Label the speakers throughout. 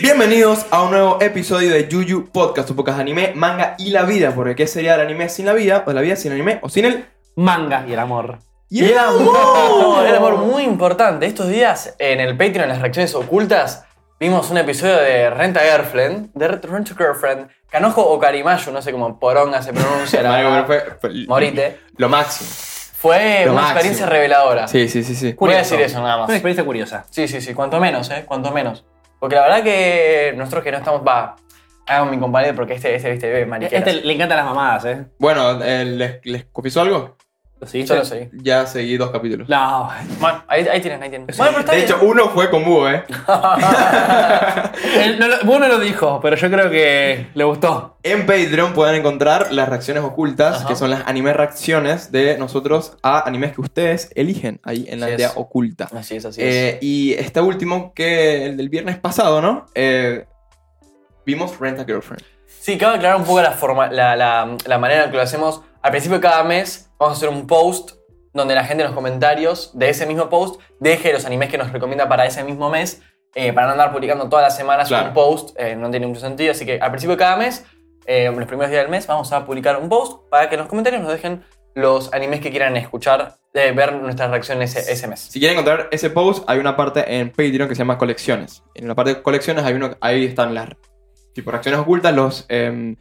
Speaker 1: Bienvenidos a un nuevo episodio de Yuyu Podcast, tu podcast de anime, manga y la vida. Porque ¿qué sería el anime sin la vida? ¿O la vida sin anime? ¿O sin el
Speaker 2: manga y el amor.
Speaker 1: y el amor?
Speaker 2: El amor muy importante. Estos días en el Patreon, en las reacciones ocultas, vimos un episodio de Renta Girlfriend, de Re- Rent a Girlfriend, Canojo o Carimayo, no sé cómo poronga se pronuncia. la
Speaker 1: Marico,
Speaker 2: verdad.
Speaker 1: pero fue- fue-
Speaker 2: Morite.
Speaker 1: Lo máximo.
Speaker 2: Fue
Speaker 1: Lo
Speaker 2: una
Speaker 1: máximo.
Speaker 2: experiencia reveladora.
Speaker 1: Sí, sí, sí, sí.
Speaker 2: Voy a decir eso nada
Speaker 3: Una
Speaker 2: más.
Speaker 3: experiencia curiosa.
Speaker 2: Sí, sí, sí, cuanto menos, ¿eh? Cuanto menos. Porque la verdad que nosotros que no estamos, va, hago mi compañero porque este, este, este, ve, mariqueras.
Speaker 3: Este le encantan las mamadas, ¿eh?
Speaker 1: Bueno, eh, ¿les, les confieso algo?
Speaker 3: ¿Lo seguiste?
Speaker 2: Yo lo seguí.
Speaker 1: Ya seguí dos capítulos.
Speaker 3: No.
Speaker 2: Bueno, ahí, ahí tienen, ahí tienen. Bueno, pero está
Speaker 1: de
Speaker 2: bien.
Speaker 1: hecho, uno fue con Búho, ¿eh?
Speaker 3: Él no lo- vos no lo dijo, pero yo creo que le gustó.
Speaker 1: En Patreon pueden encontrar las reacciones ocultas,
Speaker 2: Ajá.
Speaker 1: que son las anime reacciones de nosotros a animes que ustedes eligen ahí en la
Speaker 2: Así
Speaker 1: aldea
Speaker 2: es.
Speaker 1: oculta.
Speaker 2: Así es, así es.
Speaker 1: Eh, y este último, que el del viernes pasado, ¿no? Eh, vimos Rent a Girlfriend.
Speaker 2: Sí, cabe aclarar un poco la, forma, la, la- la manera en que lo hacemos. Al principio de cada mes vamos a hacer un post donde la gente en los comentarios de ese mismo post deje los animes que nos recomienda para ese mismo mes, eh, para no andar publicando todas las semanas
Speaker 1: Claro.
Speaker 2: un post, eh, no tiene mucho sentido. Así que al principio de cada mes, eh, los primeros días del mes, vamos a publicar un post para que en los comentarios nos dejen los animes que quieran escuchar, eh, ver nuestras reacciones ese, ese mes.
Speaker 1: Si quieren encontrar ese post, hay una parte en Patreon que se llama colecciones. En la parte de colecciones hay uno, ahí están las tipo reacciones ocultas, los em,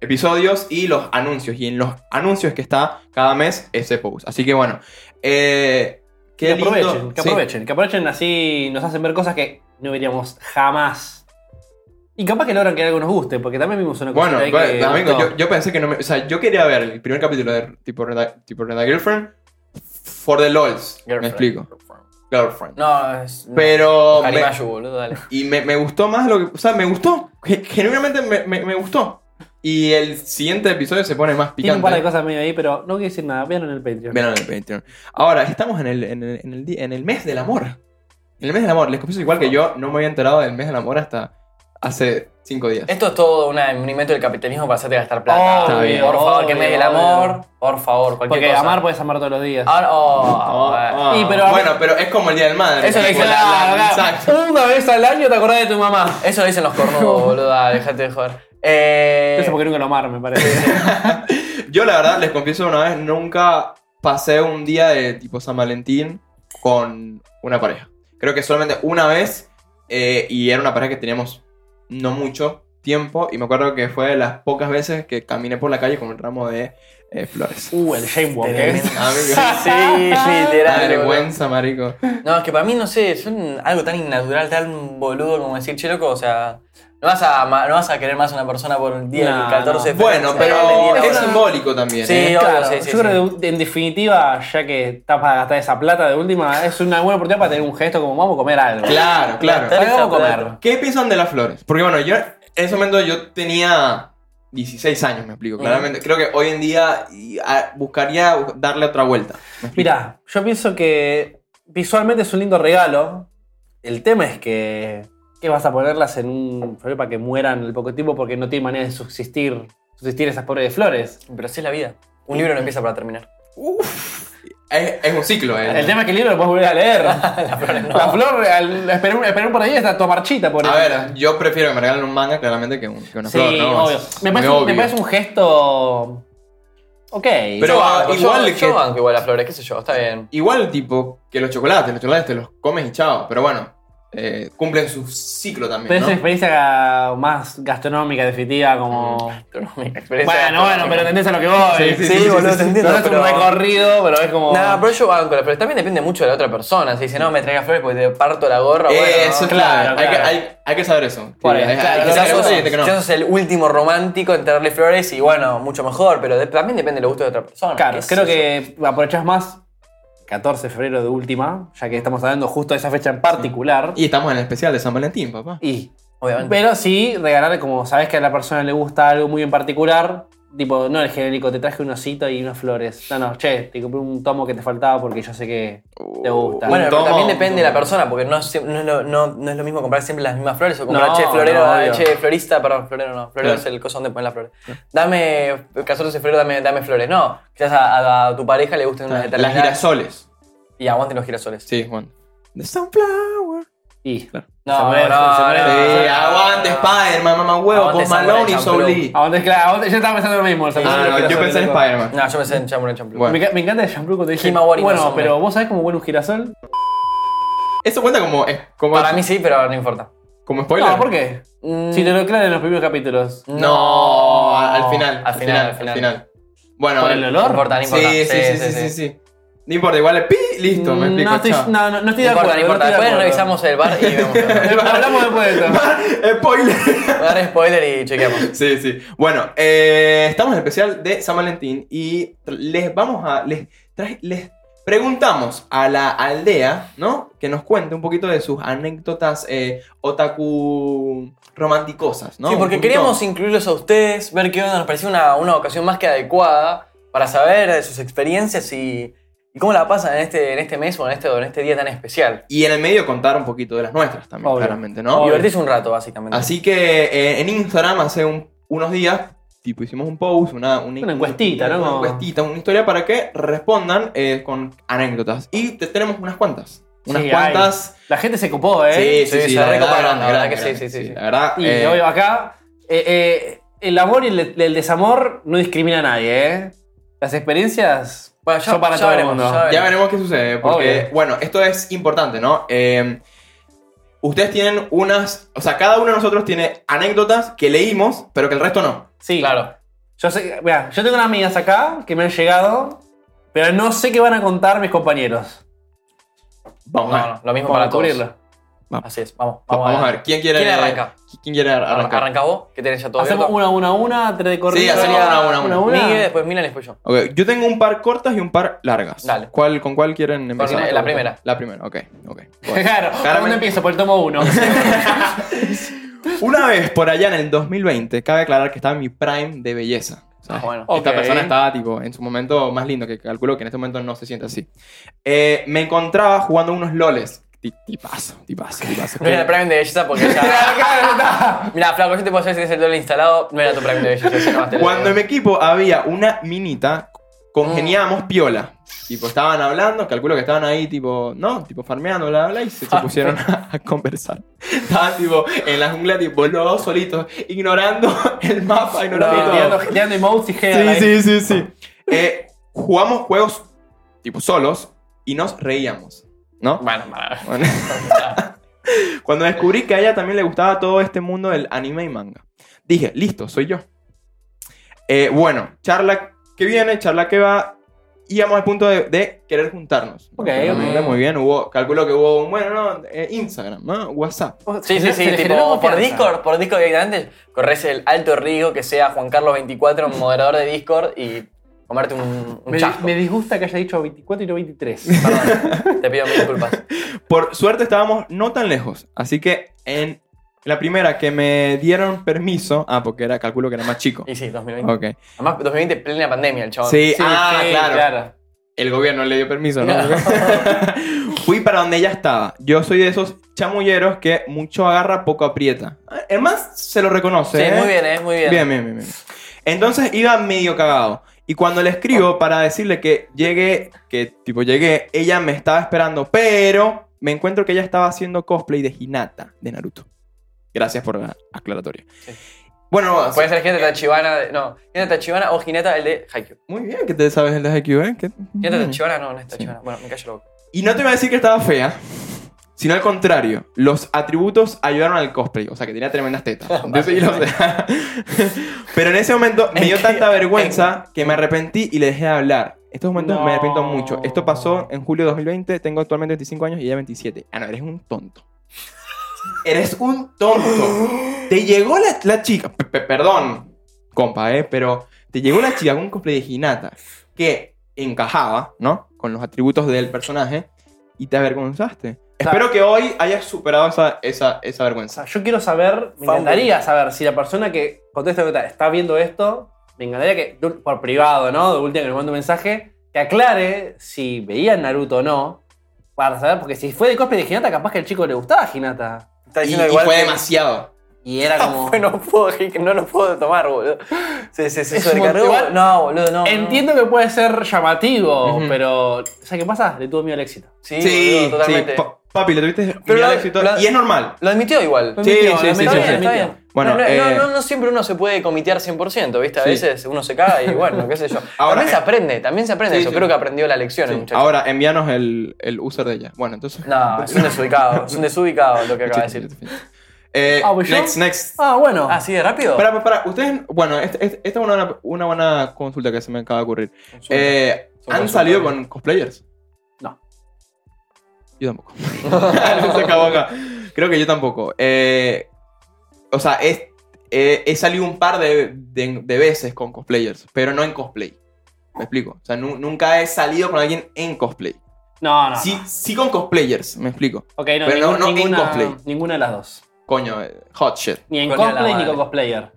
Speaker 1: episodios y los anuncios. Y en los anuncios que está cada mes ese post. Así que bueno. Eh,
Speaker 3: Que
Speaker 1: qué lindo.
Speaker 3: aprovechen, que
Speaker 1: Sí.
Speaker 3: aprovechen, que aprovechen así nos hacen ver cosas que no veríamos jamás. Y capaz que logran que algo nos guste, porque también vimos una cosa
Speaker 1: Bueno,
Speaker 3: ahí
Speaker 1: pues,
Speaker 3: que
Speaker 1: amigo,
Speaker 3: gustó.
Speaker 1: yo, yo pensé que no me. O sea, yo quería ver el primer capítulo de tipo Rent a- tipo Rent a Girlfriend for the LOLs.
Speaker 2: Girlfriend.
Speaker 1: Me explico. Girlfriend.
Speaker 2: No, es... no.
Speaker 1: Pero. me-
Speaker 2: Harimayu, boludo, dale.
Speaker 1: y me, me gustó más lo que. O sea, me gustó. Ge- Genuinamente me, me- me gustó. Y el siguiente episodio se pone más
Speaker 3: Tiene un par de
Speaker 1: picante.
Speaker 3: cosas medio ahí, pero no quiero decir nada. Vean en el Patreon.
Speaker 1: Vean en el Patreon. Ahora, estamos en el, en, el, en, el, di- en el mes del amor. En el mes del amor. Les confieso igual que yo no me había enterado del mes del amor hasta hace cinco días.
Speaker 2: Esto es todo una- un invento del capitalismo para hacerte gastar plata.
Speaker 3: Obvio,
Speaker 1: Está bien.
Speaker 2: por favor, que me dé el
Speaker 3: Oh, obvio.
Speaker 2: amor. Por favor, cualquier
Speaker 3: Porque
Speaker 2: cosa.
Speaker 3: amar puedes amar todos los días.
Speaker 2: Ahora- oh,
Speaker 1: Ah, ah.
Speaker 3: Y, pero-
Speaker 1: bueno, pero es como el Día del Madre.
Speaker 2: Eso lo
Speaker 1: Tipo,
Speaker 2: dice
Speaker 1: la- la- exacto.
Speaker 3: oh. Una vez al año te acordás de tu mamá.
Speaker 2: Eso lo dicen los cornudos, boludo. Dejate de joder. Eh,
Speaker 3: Eso porque nunca lo amaron, me parece.
Speaker 1: Yo la verdad, les confieso una vez, nunca pasé un día de tipo San Valentín con una pareja. Creo que solamente una vez eh, y era una pareja que teníamos no mucho tiempo y me acuerdo que fue de las pocas veces que caminé por la calle con un ramo de eh, flores. Ah,
Speaker 3: Uh, el Jamewalk. ¿eh?
Speaker 2: tremendo.
Speaker 1: Amigo,
Speaker 2: Sí,
Speaker 1: da
Speaker 2: literal. boludo.
Speaker 1: vergüenza, marico.
Speaker 2: No, es que para mí, no sé, es un- algo tan innatural, tan boludo como decir, che, loco, o sea, no vas a, ama- no vas a querer más a una persona por el día del
Speaker 3: No,
Speaker 2: 14 de febrero.
Speaker 1: Bueno,
Speaker 2: o sea, dale,
Speaker 1: pero
Speaker 2: dale,
Speaker 1: es
Speaker 2: dale.
Speaker 1: simbólico también.
Speaker 2: Sí,
Speaker 1: ¿eh?
Speaker 2: obvio,
Speaker 3: Claro,
Speaker 2: sí, sí,
Speaker 3: yo creo que en definitiva, ya que estás para gastar esa plata de última, es una buena oportunidad para tener un gesto como vamos a comer algo.
Speaker 1: Claro, claro.
Speaker 2: Dale esa
Speaker 3: Salgamos a
Speaker 2: plata.
Speaker 3: comer.
Speaker 1: ¿Qué piensan de las flores? Porque bueno, yo en ese momento yo tenía 16 años, me explico,
Speaker 2: Ujú.
Speaker 1: claramente. Creo que hoy en día y, a- buscaría bu- darle otra vuelta. ¿me explico?
Speaker 3: Mirá, yo pienso que visualmente es un lindo regalo. El tema es que. ¿Qué vas a ponerlas en un florero para que mueran al poco tiempo? Porque no tiene manera de subsistir, subsistir esas pobres flores.
Speaker 2: Pero así es la vida. Un libro no empieza para terminar.
Speaker 1: Uf. es, es un ciclo, ¿eh?
Speaker 3: El tema es que el libro lo puedes volver a leer.
Speaker 2: Las flores no.
Speaker 3: La flor, al esperar, esperar por ahí, está toda marchita por
Speaker 1: a
Speaker 3: ahí.
Speaker 1: ver, yo prefiero que me regalen un manga claramente que, un- que una
Speaker 3: Sí,
Speaker 1: flor, ¿no?
Speaker 3: obvio.
Speaker 1: Es
Speaker 3: Me
Speaker 1: muy
Speaker 3: parece, un- me
Speaker 1: obvio.
Speaker 3: parece un gesto. Ok.
Speaker 1: Pero
Speaker 2: yo banco,
Speaker 1: igual
Speaker 2: yo,
Speaker 1: que-
Speaker 2: yo banco ah, igual las flores, qué sé yo, está bien.
Speaker 1: Igual tipo que los chocolates, los chocolates te los comes y chao, pero bueno, eh, cumplen su ciclo también,
Speaker 3: Pero es
Speaker 1: ¿no?
Speaker 3: una experiencia más gastronómica, definitiva, como.
Speaker 2: Gastronómica, experiencia
Speaker 3: Bueno, bueno,
Speaker 2: gastronómica.
Speaker 3: pero entendés a lo que voy.
Speaker 1: Sí, sí, sí, sí,
Speaker 2: boludo,
Speaker 1: sí,
Speaker 2: te
Speaker 1: sí.
Speaker 2: entiendo,
Speaker 3: No es
Speaker 2: pero-
Speaker 3: un recorrido, pero es como.
Speaker 2: Nah, pero yo banco, pero también depende mucho de la otra persona. Si dice, no, me traigas flores porque te parto la gorra. bueno,
Speaker 1: Eh, eso es claro,
Speaker 3: claro,
Speaker 1: Hay, que,
Speaker 3: claro.
Speaker 1: hay- hay que saber eso. Sí,
Speaker 3: Bueno,
Speaker 1: hay- hay
Speaker 3: claro,
Speaker 1: que
Speaker 2: quizás
Speaker 1: saber
Speaker 2: sos,
Speaker 1: eso y gente que no.
Speaker 2: quizás sos el último romántico en traerle flores y bueno, mucho mejor, pero de- también depende del gusto de otra persona.
Speaker 3: Claro,
Speaker 2: ¿Qué sé
Speaker 3: creo
Speaker 2: yo?
Speaker 3: que aprovechás más 14 de febrero de última, ya que estamos hablando justo de esa fecha en particular.
Speaker 1: Y estamos en el especial de San Valentín, papá.
Speaker 3: Y.
Speaker 2: Obviamente.
Speaker 3: Pero sí, regalarle, como sabes que a la persona le gusta algo muy en particular, Tipo, no el genérico, te traje un osito y unas flores. No, no, che, te compré un tomo que te faltaba porque yo sé que te gusta.
Speaker 2: Bueno,
Speaker 1: Un
Speaker 2: pero
Speaker 1: tomo,
Speaker 2: también
Speaker 1: un
Speaker 2: depende de la
Speaker 1: tomo.
Speaker 2: persona, porque no, sie- no, es lo- no- no es lo mismo comprar siempre las mismas flores o comprar,
Speaker 3: No,
Speaker 2: che, florero,
Speaker 3: no,
Speaker 2: ah,
Speaker 3: obvio.
Speaker 2: che, florista, perdón, florero no, florero
Speaker 1: Claro.
Speaker 2: es el coso donde ponen las flores. Dame, casotes y florero, dame, dame flores. No, quizás a, a- a tu pareja le gusten unas
Speaker 1: Las
Speaker 2: determinadas.
Speaker 1: girasoles.
Speaker 2: Y aguanten los girasoles.
Speaker 1: Sí, Juan. The Sunflower.
Speaker 3: Y
Speaker 2: No,
Speaker 3: Se muere,
Speaker 2: no,
Speaker 3: se
Speaker 2: no,
Speaker 3: muere.
Speaker 1: Sí,
Speaker 2: no, no,
Speaker 1: aguante
Speaker 2: no.
Speaker 1: Spider-Man, mamá huevo,
Speaker 2: Aguante
Speaker 1: Post Malone y
Speaker 2: Samurai
Speaker 1: Soul
Speaker 2: Champloo.
Speaker 1: Lee.
Speaker 3: ¿A dónde? Claro, ¿a dónde? Yo estaba pensando lo mismo. o sea,
Speaker 1: Ah,
Speaker 3: pensando
Speaker 1: no,
Speaker 3: que era
Speaker 1: Ah, yo pensé en
Speaker 3: sobre-
Speaker 1: Spider-Man.
Speaker 2: No, yo me sé en Chambre en Chambre.
Speaker 1: Bueno.
Speaker 3: Me, enca- me encanta el shampoo cuando dice.
Speaker 2: Himawari no
Speaker 3: Bueno,
Speaker 2: son
Speaker 3: pero vos sabés cómo huele un girasol.
Speaker 1: Eso cuenta como, es- como,
Speaker 2: Para mí sí, pero no importa.
Speaker 1: como spoiler.
Speaker 3: No, ¿por qué?
Speaker 2: Mm,
Speaker 3: Si te lo aclaran en los primeros capítulos.
Speaker 1: No, al al final.
Speaker 2: Al final, al final.
Speaker 1: Bueno,
Speaker 3: ¿Por el
Speaker 2: No
Speaker 3: olor?
Speaker 2: importa, no
Speaker 1: Sí,
Speaker 2: importa.
Speaker 1: sí, sí, sí, sí, sí. No importa, igual le pi, listo, me explico.
Speaker 3: no, estoy,
Speaker 1: chao.
Speaker 3: no, no, no estoy de
Speaker 2: No importa,
Speaker 3: acuerdo.
Speaker 2: no
Speaker 3: no estoy de
Speaker 2: importa. Después
Speaker 3: acuerdo.
Speaker 2: revisamos el bar y vemos.
Speaker 3: Hablamos después de esto.
Speaker 1: Spoiler.
Speaker 2: Dar spoiler y chequeamos.
Speaker 1: Sí, sí. Bueno, eh, estamos en el especial de San Valentín y tra- les vamos a. Les, traje- les preguntamos a la aldea, ¿no? Que nos cuente un poquito de sus anécdotas eh, otaku romanticosas, ¿no?
Speaker 2: sí,
Speaker 1: Un
Speaker 2: porque
Speaker 1: poquito-
Speaker 2: queríamos incluirlos a ustedes, ver qué onda, nos pareció una, una ocasión más que adecuada para saber de sus experiencias y, y cómo la pasan en este, en este mes o en este, o en este día tan especial.
Speaker 1: Y en el medio contar un poquito de las nuestras también,
Speaker 3: Obvio.
Speaker 1: claramente, ¿no?
Speaker 3: Obvio.
Speaker 2: Divertirse un rato, básicamente.
Speaker 1: Así que eh, en Instagram hace un- unos días, tipo hicimos un post, una,
Speaker 3: Una encuestita, ¿no?
Speaker 1: Una encuestita, una historia para que respondan eh, con anécdotas. Y te- tenemos unas cuantas. Unas
Speaker 3: Sí,
Speaker 1: cuantas.
Speaker 3: La gente se copó, ¿eh?
Speaker 2: sí, se recoparon, la verdad que sí, sí, sí, sí.
Speaker 1: La verdad,
Speaker 3: Y
Speaker 1: eh,
Speaker 3: obvio, acá eh, eh, el amor y el, el desamor no discrimina a nadie, ¿eh? Las experiencias
Speaker 2: Bueno, ya-
Speaker 3: son para
Speaker 2: ya
Speaker 3: todo
Speaker 2: veremos,
Speaker 3: el mundo.
Speaker 2: ya
Speaker 1: ya veremos qué sucede. Porque,
Speaker 3: Obvio.
Speaker 1: bueno, esto es importante, ¿no? Eh, ustedes tienen unas. O sea, cada uno de nosotros tiene anécdotas que leímos, pero que el resto no.
Speaker 3: Sí,
Speaker 2: Claro.
Speaker 3: Yo, sé, mirá, yo tengo unas mías acá que me han llegado, pero no sé qué van a contar mis compañeros.
Speaker 1: Vamos a
Speaker 2: No,
Speaker 1: ver.
Speaker 2: no, lo mismo
Speaker 3: Para
Speaker 2: para todos.
Speaker 3: cubrirla.
Speaker 2: Así es, vamos.
Speaker 1: Vamos, a ver. ¿Quién quiere
Speaker 2: ¿Quién arranca?
Speaker 1: ¿Quién quiere arrancar?
Speaker 2: Arranca, arranca vos, que tenés ya todo
Speaker 3: Hacemos
Speaker 2: abierto.
Speaker 3: una, una, una, tres de corrido.
Speaker 1: hacemos una, una, una.
Speaker 2: Miguel, después Milan y después yo.
Speaker 1: Ok, yo tengo un par cortas y un par largas.
Speaker 2: Dale.
Speaker 1: ¿Cuál, ¿Con cuál quieren empezar?
Speaker 2: la- la primera.
Speaker 1: La primera, ok. ok. Bueno.
Speaker 3: Claro, ¿por
Speaker 1: Claramente.
Speaker 3: dónde empiezo? Por el tomo uno.
Speaker 1: Una vez por allá en el 2020, cabe aclarar que estaba en mi prime de belleza. O sea,
Speaker 2: Ah, bueno.
Speaker 1: Esta
Speaker 3: Ok.
Speaker 1: persona estaba tipo, en su momento más lindo, que calculo que en este momento no se siente así. Eh, me encontraba jugando unos loles. Ti- Tipazo, tipazo, tipazo.
Speaker 2: No era el prime de belleza porque ya. Mira, Flaco, yo te puedo decir que es el doble instalado. No era tu prime de belleza, ese nomás te lo
Speaker 1: Cuando en
Speaker 2: digo.
Speaker 1: mi equipo había una minita, congeniábamos piola. Tipo, estaban hablando, calculo que estaban ahí, tipo, no, tipo farmeando, bla, bla, bla, y se,
Speaker 2: Ah,
Speaker 1: se pusieron a, a conversar. Estaban, tipo, en la jungla, tipo, los dos solitos, ignorando el mapa, ignorando todo.
Speaker 3: Tirando- Tirando emotes y head.
Speaker 1: Sí, sí, sí, sí. Eh, jugamos juegos, tipo, solos, y nos reíamos, ¿no?
Speaker 2: Bueno, para.
Speaker 1: Bueno. Cuando descubrí que a ella también le gustaba todo este mundo del anime y manga. Dije, listo, soy yo. Eh, bueno, charla que viene, charla que va. Íbamos al punto de, de querer juntarnos.
Speaker 3: Ok,
Speaker 1: Claramente,
Speaker 2: ok.
Speaker 1: Muy bien, hubo, calculo que hubo un, bueno, no, eh, Instagram, ¿no? WhatsApp.
Speaker 2: Sí, sí, sí, tipo, por Discord, por Discord directamente, corres el alto riesgo que sea Juan Carlos 24, moderador de Discord, y comerte un, un
Speaker 3: Me,
Speaker 2: chasco.
Speaker 3: me disgusta que haya dicho 24 y no 23.
Speaker 2: Perdón, te pido mil disculpas.
Speaker 1: Por suerte estábamos no tan lejos. Así que en la primera que me dieron permiso. Ah, porque era, calculo que era más chico.
Speaker 2: Y sí, 2020.
Speaker 1: Ok.
Speaker 2: Además, 2020 plena pandemia, el chabón.
Speaker 1: Sí,
Speaker 3: Sí,
Speaker 1: ah,
Speaker 3: sí,
Speaker 1: claro. El gobierno le dio permiso, ¿no? Fui para donde ella estaba. Yo soy de esos chamulleros que mucho agarra, poco aprieta. Además, se lo reconoce.
Speaker 2: Sí,
Speaker 1: ¿eh?
Speaker 2: muy bien, eh, muy bien.
Speaker 1: Bien, bien, bien, bien. Entonces iba medio cagado. Y cuando le escribo para decirle que llegué, que tipo llegué, ella me estaba esperando, pero me encuentro que ella estaba haciendo cosplay de Hinata, de Naruto. Gracias por la aclaratoria.
Speaker 2: Sí. Pues-
Speaker 1: Bueno,
Speaker 2: Puede ser Hinata Tachibana, no, Hinata Tachibana o Hinata, el de Haikyuu.
Speaker 1: muy bien que te sabes el de IQ, ¿eh? ¿Qué-
Speaker 2: Hinata
Speaker 1: bien.
Speaker 2: Tachibana, no, no es Tachibana.
Speaker 1: Sí.
Speaker 2: Bueno, me callo la boca.
Speaker 1: Y no te iba a decir que estaba fea, sino al contrario. Los atributos ayudaron al cosplay. O sea, que tenía tremendas tetas. Entonces, y los- Pero en ese momento me
Speaker 2: ¿En
Speaker 1: dio
Speaker 2: qué?
Speaker 1: tanta vergüenza que me arrepentí y le dejé de hablar. Estos momentos me arrepiento
Speaker 3: No.
Speaker 1: mucho. Esto pasó en julio de 2020. Tengo actualmente 25 años y ella 27. Ah, no, eres un tonto. eres un tonto. Te llegó la, la chica. pe- pe- perdón, compa, ¿eh? Pero te llegó la chica con un cosplay de Hinata que encajaba, ¿no? Con los atributos del personaje y te avergonzaste. Espero que hoy hayas superado esa, esa, esa
Speaker 3: O sea,
Speaker 1: vergüenza.
Speaker 3: yo quiero saber, me
Speaker 2: Fanboy.
Speaker 3: encantaría saber si la persona que contesta está viendo esto me encantaría que, de un- por privado, ¿no? De última que nos mande un mensaje, que aclare si veía Naruto o no, para saber, porque si fue de cosplay de Hinata, capaz que al chico le gustaba Hinata.
Speaker 2: Está
Speaker 1: Y,
Speaker 2: diciendo
Speaker 1: y
Speaker 2: igual
Speaker 1: fue
Speaker 2: que-
Speaker 1: demasiado.
Speaker 3: Y era como...
Speaker 2: Fue, no, puedo, que no lo puedo tomar, boludo. Se, se, se
Speaker 3: Es un
Speaker 2: sobrecargó.
Speaker 3: montón.
Speaker 2: No, boludo, no. no.
Speaker 3: Entiendo que puede ser llamativo,
Speaker 1: Ujú.
Speaker 3: pero... ¿Sabes qué pasa? Le tuvo miedo al éxito.
Speaker 2: Sí, boludo, totalmente.
Speaker 1: Pa- papi, le tuviste
Speaker 2: Pero
Speaker 1: miedo al
Speaker 2: la-
Speaker 1: éxito.
Speaker 2: la-
Speaker 1: y es normal.
Speaker 2: Lo admitió igual.
Speaker 1: Sí,
Speaker 3: Admitió,
Speaker 1: sí, sí,
Speaker 3: admitió,
Speaker 1: sí,
Speaker 2: Está bien,
Speaker 1: sí.
Speaker 2: está
Speaker 3: admitió.
Speaker 2: bien.
Speaker 1: Bueno,
Speaker 2: no, no,
Speaker 1: eh,
Speaker 2: no, no, no siempre uno se puede comitear 100%, ¿viste? A
Speaker 1: Sí.
Speaker 2: veces uno se cae y bueno, qué sé yo.
Speaker 1: Ahora,
Speaker 2: también se
Speaker 1: eh,
Speaker 2: aprende, también se aprende
Speaker 1: sí,
Speaker 2: eso.
Speaker 1: sí.
Speaker 2: Creo que aprendió la lección el
Speaker 1: Sí.
Speaker 2: muchacho.
Speaker 1: Ahora envíanos el, el user de ella. Bueno, entonces.
Speaker 2: No, es un desubicado, es un desubicado lo que acaba de decir.
Speaker 1: Eh,
Speaker 3: Ah, ¿voy yo?
Speaker 1: next, next.
Speaker 3: Ah, bueno.
Speaker 2: ¿Ah, sí, de rápido?
Speaker 1: Para, para, ustedes. Bueno, este- este- esta es una, buena- una buena consulta que se me acaba de ocurrir. Eh,
Speaker 2: Son
Speaker 1: ¿Han
Speaker 2: consultas.
Speaker 1: salido con cosplayers?
Speaker 3: No.
Speaker 1: Yo tampoco. Se acabó acá. Creo que yo tampoco. Eh, o sea, es, eh, he salido un par de, de- de veces con cosplayers, pero no en cosplay. ¿Me explico? O sea, nu- nunca he salido con alguien en cosplay.
Speaker 3: No, no.
Speaker 1: sí,
Speaker 3: no.
Speaker 1: sí con cosplayers, me explico.
Speaker 3: Ok,
Speaker 1: pero
Speaker 3: no,
Speaker 1: no-
Speaker 3: ningún-
Speaker 1: no en
Speaker 3: ninguna,
Speaker 1: cosplay.
Speaker 3: ninguna de las dos.
Speaker 1: Coño, eh, hot shit.
Speaker 3: Ni en
Speaker 2: Coño de la
Speaker 3: cosplay ni
Speaker 2: madre.
Speaker 3: con cosplayer.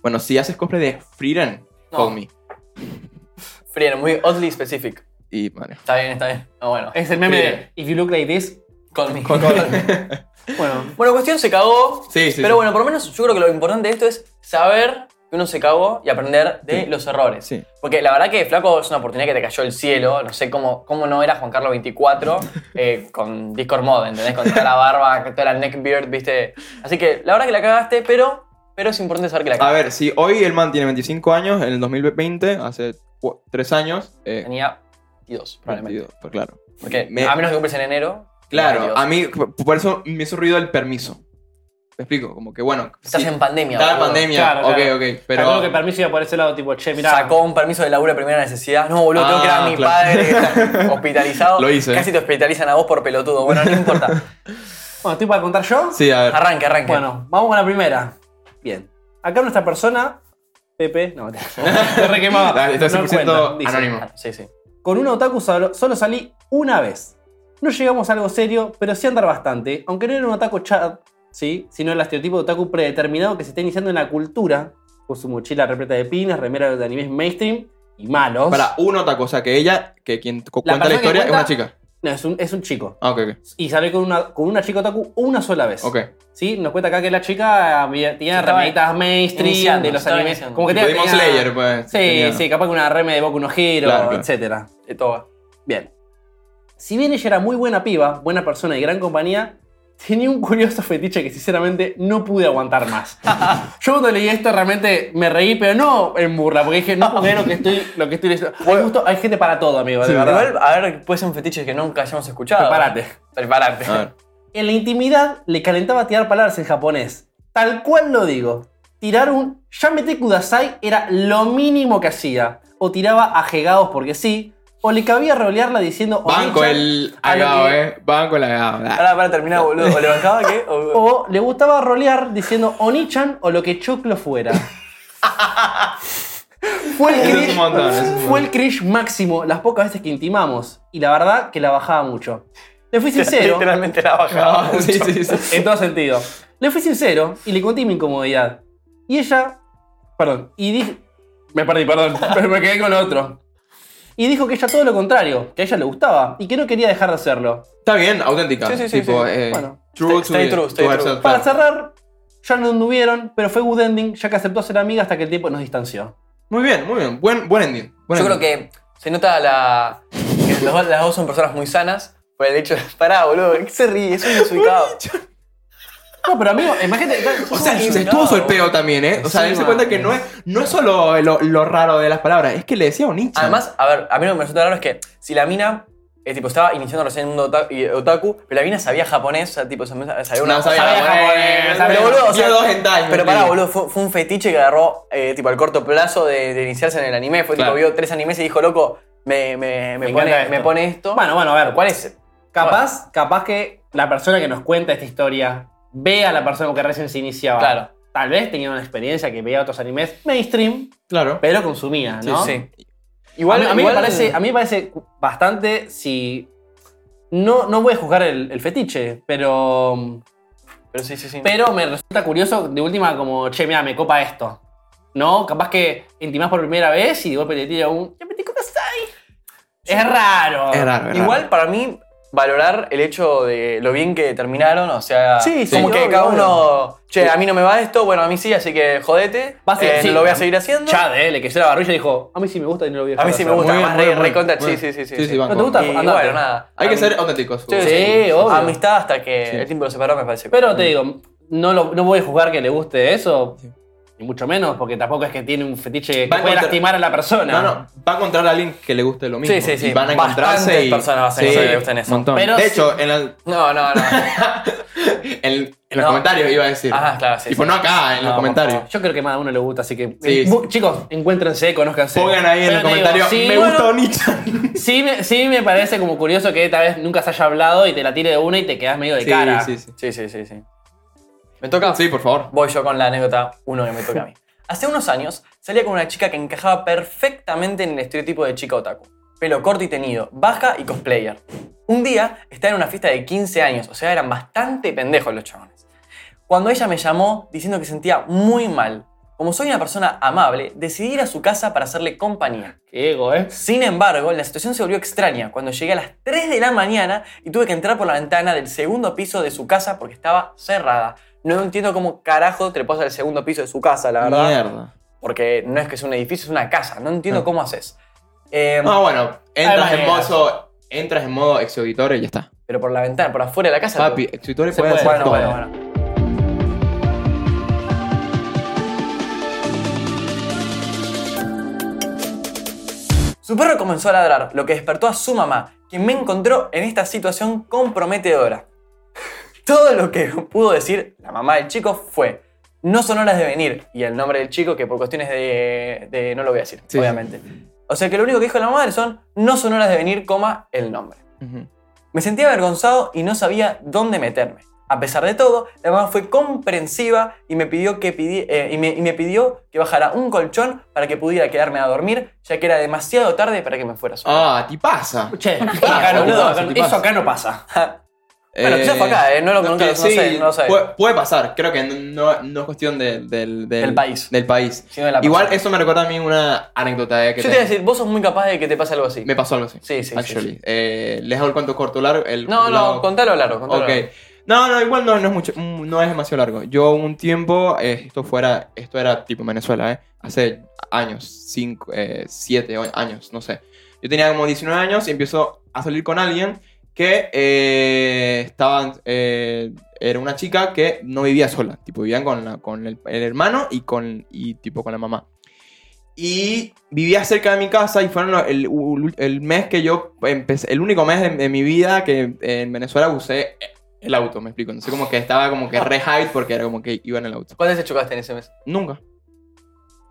Speaker 1: Bueno, si haces cosplay de Freedom,
Speaker 2: No.
Speaker 1: call me.
Speaker 2: Frieren, muy oddly specific.
Speaker 1: Y bueno.
Speaker 2: Está bien, está bien. No, bueno.
Speaker 3: Es el meme
Speaker 1: Sí.
Speaker 3: de If you look like this.
Speaker 2: Con mi.
Speaker 3: Bueno,
Speaker 2: Bueno, cuestión se cagó.
Speaker 1: Sí, sí, sí.
Speaker 2: Pero bueno, por lo menos yo creo que lo importante de esto es saber que uno se cagó y aprender de
Speaker 1: Sí.
Speaker 2: los errores.
Speaker 1: Sí.
Speaker 2: Porque la verdad que Flaco es una oportunidad que te cayó el cielo. No sé cómo, cómo no era Juan Carlos 24 eh, con Discord Mod, ¿entendés? Con toda la barba, con toda la neckbeard, ¿viste? Así que la verdad que la cagaste, pero, pero es importante saber que la
Speaker 1: A
Speaker 2: cagaste.
Speaker 1: ver, si hoy el man tiene 25 años, en el 2020, hace 3 años, eh,
Speaker 2: Tenía 22, probablemente.
Speaker 1: 22, pues claro.
Speaker 2: Porque
Speaker 1: Me-
Speaker 2: a menos que cumples en enero.
Speaker 1: Claro,
Speaker 2: 22.
Speaker 1: a mí, p- por eso me hizo ruido el permiso. ¿Me explico? Como que bueno.
Speaker 2: Estás
Speaker 1: sí,
Speaker 2: en pandemia.
Speaker 1: Estaba en
Speaker 2: boludo.
Speaker 1: pandemia.
Speaker 3: Claro,
Speaker 1: ok,
Speaker 3: claro.
Speaker 1: ok.
Speaker 3: pero.
Speaker 1: Pero.
Speaker 3: que permiso iba por ese lado, tipo, che, mirá.
Speaker 2: Sacó un permiso de laburo de primera necesidad. No, boludo, tengo que ir a
Speaker 1: Ah,
Speaker 2: mi
Speaker 1: claro.
Speaker 2: padre que está hospitalizado.
Speaker 1: Lo hice.
Speaker 2: Casi te hospitalizan a vos por pelotudo. Bueno, no importa.
Speaker 3: Bueno, estoy para contar yo.
Speaker 1: Sí, a ver.
Speaker 2: Arranque, arranque.
Speaker 3: Bueno, vamos con la primera. Bien. Acá nuestra persona, Pepe, no, te, te requemaba.
Speaker 1: Dale, está
Speaker 3: No
Speaker 1: 100%
Speaker 3: cuenta, dice.
Speaker 1: anónimo.
Speaker 2: Ah, Sí, sí.
Speaker 3: Con un otaku solo, solo salí una vez. No llegamos a algo serio, pero sí a andar bastante. Aunque no era un otaku chat, ¿sí? sino el estereotipo de otaku predeterminado que se está iniciando en la cultura. Con su mochila repleta de pines, remera de animes mainstream y malos.
Speaker 1: Para uno taco, o sea, que ella, que quien cu- cuenta
Speaker 3: La
Speaker 1: la
Speaker 3: persona que
Speaker 1: historia
Speaker 3: cuenta-
Speaker 1: es una chica.
Speaker 3: No, es un, es un chico.
Speaker 1: Ah, ok, ok.
Speaker 3: Y salió con una, con una chica otaku una sola vez.
Speaker 1: Ok.
Speaker 3: ¿Sí? Nos cuenta acá que la chica había- tenía
Speaker 2: Estaba
Speaker 3: remeritas mainstream
Speaker 2: iniciando,
Speaker 3: de los
Speaker 2: estaba
Speaker 3: animes.
Speaker 2: iniciando.
Speaker 3: Como que tenía,
Speaker 1: Demon
Speaker 3: tenía-
Speaker 1: Slayer, pues.
Speaker 3: Sí,
Speaker 1: tenía-
Speaker 3: sí, capaz que una reme de Boku no Hero,
Speaker 1: Claro, claro.
Speaker 3: etcétera.
Speaker 2: De todo.
Speaker 3: Bien. Si bien ella era muy buena piba, buena persona y gran compañía, tenía un curioso fetiche que sinceramente no pude aguantar más. Yo cuando leí esto realmente me reí, pero no en burla, porque dije, no puedo lo que estoy, lo que estoy leyendo. Hay, justo- hay gente para todo, amigo, de
Speaker 1: Sí,
Speaker 3: verdad.
Speaker 2: Igual, a ver, puede ser un fetiche que nunca hayamos escuchado.
Speaker 3: Prepárate.
Speaker 2: Preparate.
Speaker 1: A ver.
Speaker 3: En la intimidad le calentaba tirar palabras en japonés. Tal cual lo digo. Tirar un Yamete Kudasai era lo mínimo que hacía. O tiraba ajegados porque sí. O le cabía rolearla diciendo.
Speaker 1: Banco
Speaker 3: "Onichan",
Speaker 1: el
Speaker 3: a lo
Speaker 1: agado,
Speaker 3: que-
Speaker 1: eh. Banco el agado. dale.
Speaker 2: Ahora, para terminar, boludo. ¿O le bancaba qué? O-
Speaker 3: O le gustaba rolear diciendo Onichan o lo que choclo fuera. fue el
Speaker 1: Eso es un
Speaker 3: cringe,
Speaker 1: montón, eso es un
Speaker 3: fue
Speaker 1: montón.
Speaker 3: el cringe máximo las pocas veces que intimamos. Y la verdad que la bajaba mucho. Le fui sincero.
Speaker 2: Literalmente la bajaba.
Speaker 1: Ah, sí, sí, sí.
Speaker 3: En todo sentido. Le fui sincero y le conté mi incomodidad. Y ella. Perdón. Y dije. Me perdí, perdón. Pero me quedé con lo otro. Y dijo que ella todo lo contrario, que a ella le gustaba y que no quería dejar de hacerlo.
Speaker 1: Está bien, auténtica.
Speaker 2: Sí, sí, sí,
Speaker 1: Tipo,
Speaker 2: sí.
Speaker 1: eh,
Speaker 3: Bueno.
Speaker 1: True
Speaker 2: Stay- stay
Speaker 1: to-
Speaker 2: true, stay
Speaker 1: to
Speaker 2: true.
Speaker 1: herself,
Speaker 3: Para
Speaker 1: claro.
Speaker 3: cerrar, ya no anduvieron, pero fue good ending, ya que aceptó ser amiga hasta que el tiempo nos distanció.
Speaker 1: Muy bien, muy bien. Buen, buen ending. buen
Speaker 2: Yo creo
Speaker 1: ending.
Speaker 2: que se nota la. que los dos- las dos son personas muy sanas. Por el hecho de. Pará, boludo. ¿qué se ríe? Es un desubicado.
Speaker 3: No, pero amigo, imagínate.
Speaker 1: O sea,
Speaker 2: Sí,
Speaker 1: se
Speaker 2: no.
Speaker 1: estuvo solpeo también, ¿eh? O sea, él se
Speaker 3: Encima.
Speaker 1: cuenta que no es, no es solo lo, lo raro de las palabras, es que le decía un hincha.
Speaker 2: Además, a ver, a mí lo que me resulta raro es que si la mina. eh, tipo, estaba iniciando recién un otaku, y- otaku, pero la mina sabía japonés, o sea, tipo, sabía sabía una
Speaker 1: no sabía,
Speaker 3: sabía
Speaker 1: japonés,
Speaker 3: japonés, sabía-
Speaker 1: pero boludo, o sea,
Speaker 2: vio dos
Speaker 1: hentai,
Speaker 2: Pero pará,
Speaker 1: entiendo.
Speaker 2: boludo, fue, fue un fetiche que agarró eh, tipo al corto plazo de, de iniciarse en el anime. Fue
Speaker 1: Claro.
Speaker 2: tipo, vio tres animes y dijo, loco, me, me, me
Speaker 3: Me
Speaker 2: pone,
Speaker 3: encanta
Speaker 2: me
Speaker 3: esto".
Speaker 2: pone esto.
Speaker 3: Bueno, bueno, a ver,
Speaker 2: ¿cuál es?
Speaker 3: capaz, capaz que la persona que nos cuenta esta historia vea a la persona que recién se iniciaba.
Speaker 2: Claro.
Speaker 3: Tal vez tenía una experiencia que veía otros animes mainstream,
Speaker 1: Claro.
Speaker 3: pero consumía, ¿no?
Speaker 2: Sí, sí.
Speaker 3: Igual, a,
Speaker 2: Igual,
Speaker 3: mí, a mí
Speaker 2: igual-
Speaker 3: me parece, a mí me parece bastante si. No, no voy a juzgar el, el fetiche, pero.
Speaker 2: Pero sí, sí, sí.
Speaker 3: Pero me resulta curioso de última, como, che, mira, me copa esto. ¿No? Capaz que intimás por primera vez y de golpe te tira un. "Ya me te conocai". Es raro.
Speaker 1: Es raro, es raro.
Speaker 2: Igual para mí, valorar el hecho de lo bien que terminaron, o sea,
Speaker 3: Sí, sí,
Speaker 2: como que
Speaker 3: obvio,
Speaker 2: cada
Speaker 3: obvio.
Speaker 2: uno, che, a mí no me va esto, bueno, a mí sí, así que jodete,
Speaker 3: Va a ser-
Speaker 2: eh,
Speaker 3: sí.
Speaker 2: lo voy a seguir haciendo.
Speaker 3: Chad, eh, le creció la barbilla y dijo: A mí sí me gusta y no lo voy a
Speaker 2: A mí
Speaker 3: dejar de
Speaker 2: sí me
Speaker 3: hacer".
Speaker 2: gusta,
Speaker 1: Muy
Speaker 2: más
Speaker 1: bien, muy
Speaker 2: re-
Speaker 1: bien,
Speaker 2: recontra,
Speaker 1: muy
Speaker 2: sí, sí,
Speaker 1: bien.
Speaker 2: sí, sí.
Speaker 1: Sí, sí,
Speaker 2: sí.
Speaker 1: banco.
Speaker 3: ¿No te gusta?
Speaker 2: Y
Speaker 3: Andate.
Speaker 2: bueno, nada.
Speaker 1: Hay que
Speaker 2: Am-
Speaker 1: ser auténticos.
Speaker 2: Sí,
Speaker 1: Hugo.
Speaker 2: sí,
Speaker 3: Sí,
Speaker 2: sí.
Speaker 3: obvio.
Speaker 2: Amistad hasta que
Speaker 1: Sí.
Speaker 2: el tiempo lo separó, me parece.
Speaker 3: Pero te digo, no, lo- no voy a juzgar que le guste eso, ni mucho menos, porque tampoco es que tiene un fetiche que
Speaker 1: Va a
Speaker 3: puede
Speaker 1: encontrar-
Speaker 3: lastimar a la persona.
Speaker 1: No, no, va a encontrar a alguien que le guste lo mismo.
Speaker 2: Sí, sí, sí.
Speaker 1: Y van a encontrarse
Speaker 2: Bastantes
Speaker 1: y...
Speaker 2: personas vas a encontrar que le gusten eso.
Speaker 1: montón.
Speaker 3: Pero
Speaker 1: de
Speaker 3: sí-
Speaker 1: hecho, en, el-
Speaker 2: No, no, no.
Speaker 1: en- en los
Speaker 2: No.
Speaker 1: comentarios iba a decir.
Speaker 2: Ajá, claro, sí,
Speaker 1: Tipo,
Speaker 2: sí.
Speaker 1: no acá, en
Speaker 2: No,
Speaker 1: los
Speaker 2: por
Speaker 1: comentarios.
Speaker 3: Yo creo que más a uno le gusta, así que.
Speaker 1: Sí, sí.
Speaker 3: Bu- Chicos, encuéntrense, conózcanse.
Speaker 1: Pongan ahí en los
Speaker 3: Pero te digo,
Speaker 1: comentarios,
Speaker 3: sí,
Speaker 1: me
Speaker 3: bueno,
Speaker 1: gustó Nichan.
Speaker 3: Sí me, sí me parece como curioso que tal vez nunca se haya hablado y te la tire de una y te quedas medio de cara.
Speaker 1: Sí, sí, sí.
Speaker 2: Sí, sí, sí, sí. ¿Me toca?
Speaker 1: Sí, por favor.
Speaker 2: Voy yo con la anécdota uno que me toca a mí. Hace unos años salía con una chica que encajaba perfectamente en el estereotipo de chica otaku. Pelo corto y tenido, baja y cosplayer. Un día estaba en una fiesta de 15 años, o sea, eran bastante pendejos los chabones. Cuando ella me llamó diciendo que sentía muy mal. Como soy una persona amable, decidí ir a su casa para hacerle compañía.
Speaker 3: Qué ego, ¿eh?
Speaker 2: Sin embargo, la situación se volvió extraña cuando llegué a las 3 de la mañana y tuve que entrar por la ventana del segundo piso de su casa porque estaba cerrada. No entiendo cómo carajo trepas al segundo piso de su casa, la verdad.
Speaker 1: Mierda. Ah.
Speaker 2: Porque no es que es un edificio, es una casa. No entiendo cómo haces. Eh,
Speaker 1: No, bueno, entras
Speaker 3: Hay
Speaker 1: en
Speaker 3: maneras.
Speaker 1: modo, entras en modo exauditorio y ya está.
Speaker 2: Pero por la ventana, por afuera de la casa.
Speaker 1: Papi, exauditorio puede
Speaker 3: puede.
Speaker 1: hacer
Speaker 2: Bueno,
Speaker 1: todo.
Speaker 2: bueno, bueno. Su perro comenzó a ladrar, lo que despertó a su mamá, quien me encontró en esta situación comprometedora. Todo lo que pudo decir la mamá del chico fue, no son horas de venir, y el nombre del chico, que por cuestiones de... de- no lo voy a decir,
Speaker 1: Sí.
Speaker 2: obviamente. O sea que lo único que dijo la mamá son, no son horas de venir, coma, el nombre.
Speaker 1: Ujú.
Speaker 2: Me sentía avergonzado y no sabía dónde meterme. A pesar de todo, la mamá fue comprensiva y me pidió que, pidi- eh, y me, y me pidió que bajara un colchón para que pudiera quedarme a dormir, ya que era demasiado tarde para que me fuera solo.
Speaker 1: Ah, ti pasa.
Speaker 3: Che,
Speaker 1: pasa,
Speaker 3: acá no,
Speaker 1: boludo,
Speaker 3: acá-
Speaker 1: eso te
Speaker 3: eso
Speaker 1: pasa.
Speaker 3: acá no pasa.
Speaker 2: Bueno, quizás fue acá, eh, no lo- nunca lo- no sé, no lo sé.
Speaker 1: Puede, puede pasar, creo que no, no es cuestión de- del, del,
Speaker 2: Del país.
Speaker 1: del país.
Speaker 2: Si no, la
Speaker 1: Igual
Speaker 2: persona.
Speaker 1: eso me recuerda a mí una anécdota eh, que
Speaker 2: Yo te
Speaker 1: tengo.
Speaker 2: iba a decir, vos sos muy capaz de que te pase algo así.
Speaker 1: me pasó algo así.
Speaker 2: Sí, sí, sí,
Speaker 1: Actually.
Speaker 2: sí.
Speaker 1: Eh, ¿Les hago el cuento corto o largo? El
Speaker 2: No, no,
Speaker 1: largo.
Speaker 2: contalo largo, contalo
Speaker 1: Ok.
Speaker 2: largo.
Speaker 1: No, no, igual no, no es mucho, mm, no es demasiado largo. Yo un tiempo, eh, esto fuera, esto era tipo en Venezuela, ¿eh? Hace años, cinco, eh, siete o- años, no sé. Yo tenía como 19 años y empiezo a salir con alguien que eh, estaba, eh, era una chica que no vivía sola, tipo vivían con, la- con el, el hermano y con, y tipo con la mamá. Y vivía cerca de mi casa y fueron lo- el, ul- el mes que yo empecé, el único mes de, de mi vida que en Venezuela usé el auto, me explico. Entonces como que estaba como que re hype porque era como que iba en el auto.
Speaker 2: ¿Cuántas veces chocaste en ese mes?
Speaker 1: Nunca.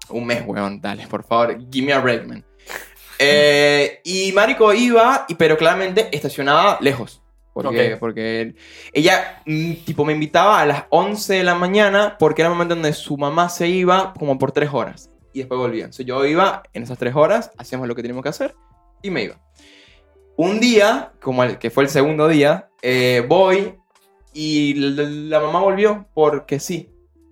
Speaker 1: Un mes, weón, dale, por favor, give me a break, man. Eh, y Marico iba, y, pero claramente estacionaba lejos. Porque,
Speaker 2: Ok.
Speaker 1: porque ella, mm, tipo, me invitaba a las 11 de la mañana porque era el momento donde su mamá se iba como por 3 horas. Y después volvía. Entonces yo iba en esas 3 horas, hacíamos lo que teníamos que hacer y me iba. Un día, como el que fue el segundo día, eh, voy y la, la mamá volvió porque sí.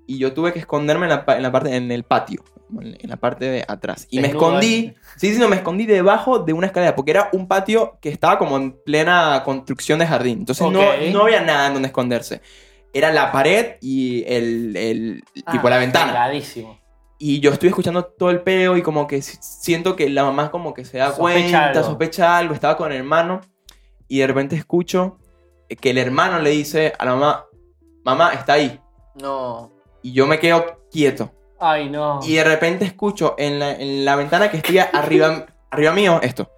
Speaker 1: Y yo tuve que esconderme en la, pa- en la parte, en el patio, en en la parte de atrás. Y me
Speaker 3: Desnudo
Speaker 1: escondí, sí, sí, no, me escondí debajo de una escalera, porque era un patio que estaba como en plena construcción de jardín. Entonces no-
Speaker 3: Ok.
Speaker 1: no, había nada en donde esconderse. Era la pared y el, el- tipo la ventana.
Speaker 3: Ah, Pegadísimo.
Speaker 1: Y yo estoy escuchando todo el peo y como que s- siento que la mamá como que se da
Speaker 3: Sospecha
Speaker 1: cuenta,
Speaker 3: algo.
Speaker 1: sospecha algo, estaba con el hermano y de repente escucho que el hermano le dice a la mamá, mamá está ahí.
Speaker 2: No.
Speaker 1: Y yo me quedo quieto.
Speaker 3: Ay, no.
Speaker 1: Y de repente escucho en la, en la ventana que estoy arriba, arriba mío esto.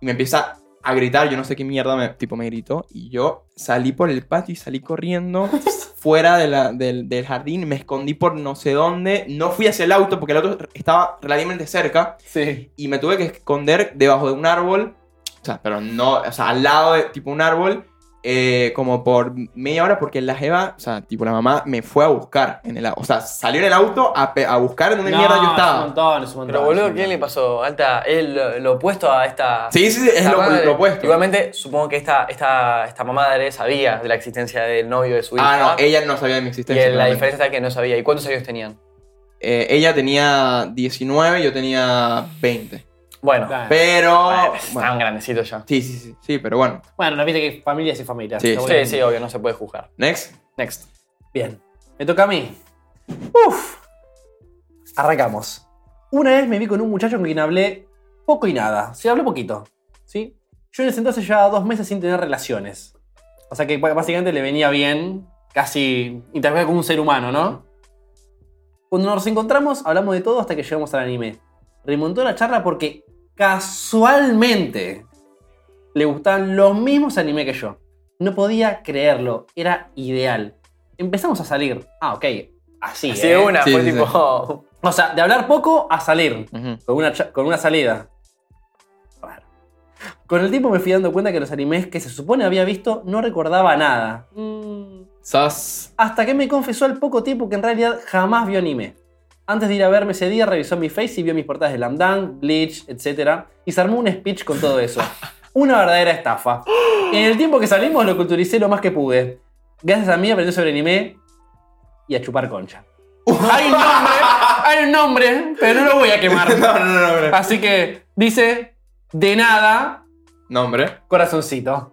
Speaker 1: Y me empieza a gritar, yo no sé qué mierda me, tipo, me gritó. Y yo salí por el patio y salí corriendo fuera de la- del, del jardín. Me escondí por no sé dónde. No fui hacia el auto porque el auto estaba relativamente cerca.
Speaker 3: Sí.
Speaker 1: Y me tuve que esconder debajo de un árbol. O sea, pero no, o sea, al lado de tipo un árbol. eh, como por media hora porque la jeva, o sea, tipo la mamá me fue a buscar en el au- O sea, salió en el auto a, pe- a buscar donde
Speaker 3: No,
Speaker 1: mierda yo
Speaker 3: Es un
Speaker 1: estaba.
Speaker 3: montón, es un montón.
Speaker 1: Ah,
Speaker 2: Pero
Speaker 3: es
Speaker 2: boludo,
Speaker 3: un
Speaker 2: ¿qué le
Speaker 3: montón.
Speaker 2: pasó? Alta, es lo, lo opuesto a esta...
Speaker 1: Sí, sí, sí, es
Speaker 2: esta
Speaker 1: lo,
Speaker 2: madre.
Speaker 1: lo opuesto.
Speaker 2: Igualmente, supongo que esta, esta, esta madre sabía de la existencia del novio de su hija.
Speaker 1: Ah, no, ella no sabía de mi
Speaker 2: Y
Speaker 1: existencia.
Speaker 2: el- la
Speaker 1: claramente.
Speaker 2: diferencia está que no sabía. ¿Y cuántos años tenían?
Speaker 1: eh, ella tenía 19, yo tenía 20.
Speaker 2: Bueno,
Speaker 3: Dale.
Speaker 1: Pero.
Speaker 3: Ah,
Speaker 2: bueno,
Speaker 1: bueno,
Speaker 2: estaban grandecitos ya.
Speaker 1: sí, sí, sí, sí, pero bueno.
Speaker 3: Bueno, no viste que hay familias y familias.
Speaker 1: Sí,
Speaker 3: Lo voy
Speaker 2: Sí,
Speaker 3: a-
Speaker 2: sí, obvio, no se puede juzgar.
Speaker 1: Next.
Speaker 2: Next.
Speaker 3: Bien. Me toca a mí. Uf. Arrancamos. Una vez me vi con un muchacho con quien hablé poco y nada. Sí, hablé poquito. ¿Sí? Yo en ese entonces llevaba dos meses sin tener relaciones. O sea que b- básicamente le venía bien casi interactuar con un ser humano, ¿no? Cuando nos encontramos, hablamos de todo hasta que llegamos al anime. Remontó la charla porque casualmente le gustaban los mismos anime que yo. No podía creerlo, era ideal. Empezamos a salir. Ah, ok, así.
Speaker 2: Así
Speaker 3: ¿eh?
Speaker 2: de una,
Speaker 1: Sí,
Speaker 2: fue
Speaker 1: sí, sí.
Speaker 2: tipo.
Speaker 3: O sea, de hablar poco a salir.
Speaker 1: Ujú.
Speaker 3: Con una, cha- con una salida. Raro. Con el tiempo me fui dando cuenta que los animes que se supone había visto no recordaba nada. Mm,
Speaker 1: Sas.
Speaker 3: Hasta que me confesó al poco tiempo que en realidad jamás vio anime. Antes de ir a verme ese día, revisó mi face y vio mis portadas de Lamdan, Bleach, etc. Y se armó un speech con todo eso. Una verdadera estafa. En el tiempo que salimos lo culturicé lo más que pude. Gracias a mí aprendí sobre anime y a chupar concha. Hay un nombre, hay un nombre, pero no lo voy a quemar.
Speaker 1: No, no, no, no.
Speaker 3: Así que dice, de nada,
Speaker 1: Nombre.
Speaker 3: corazoncito.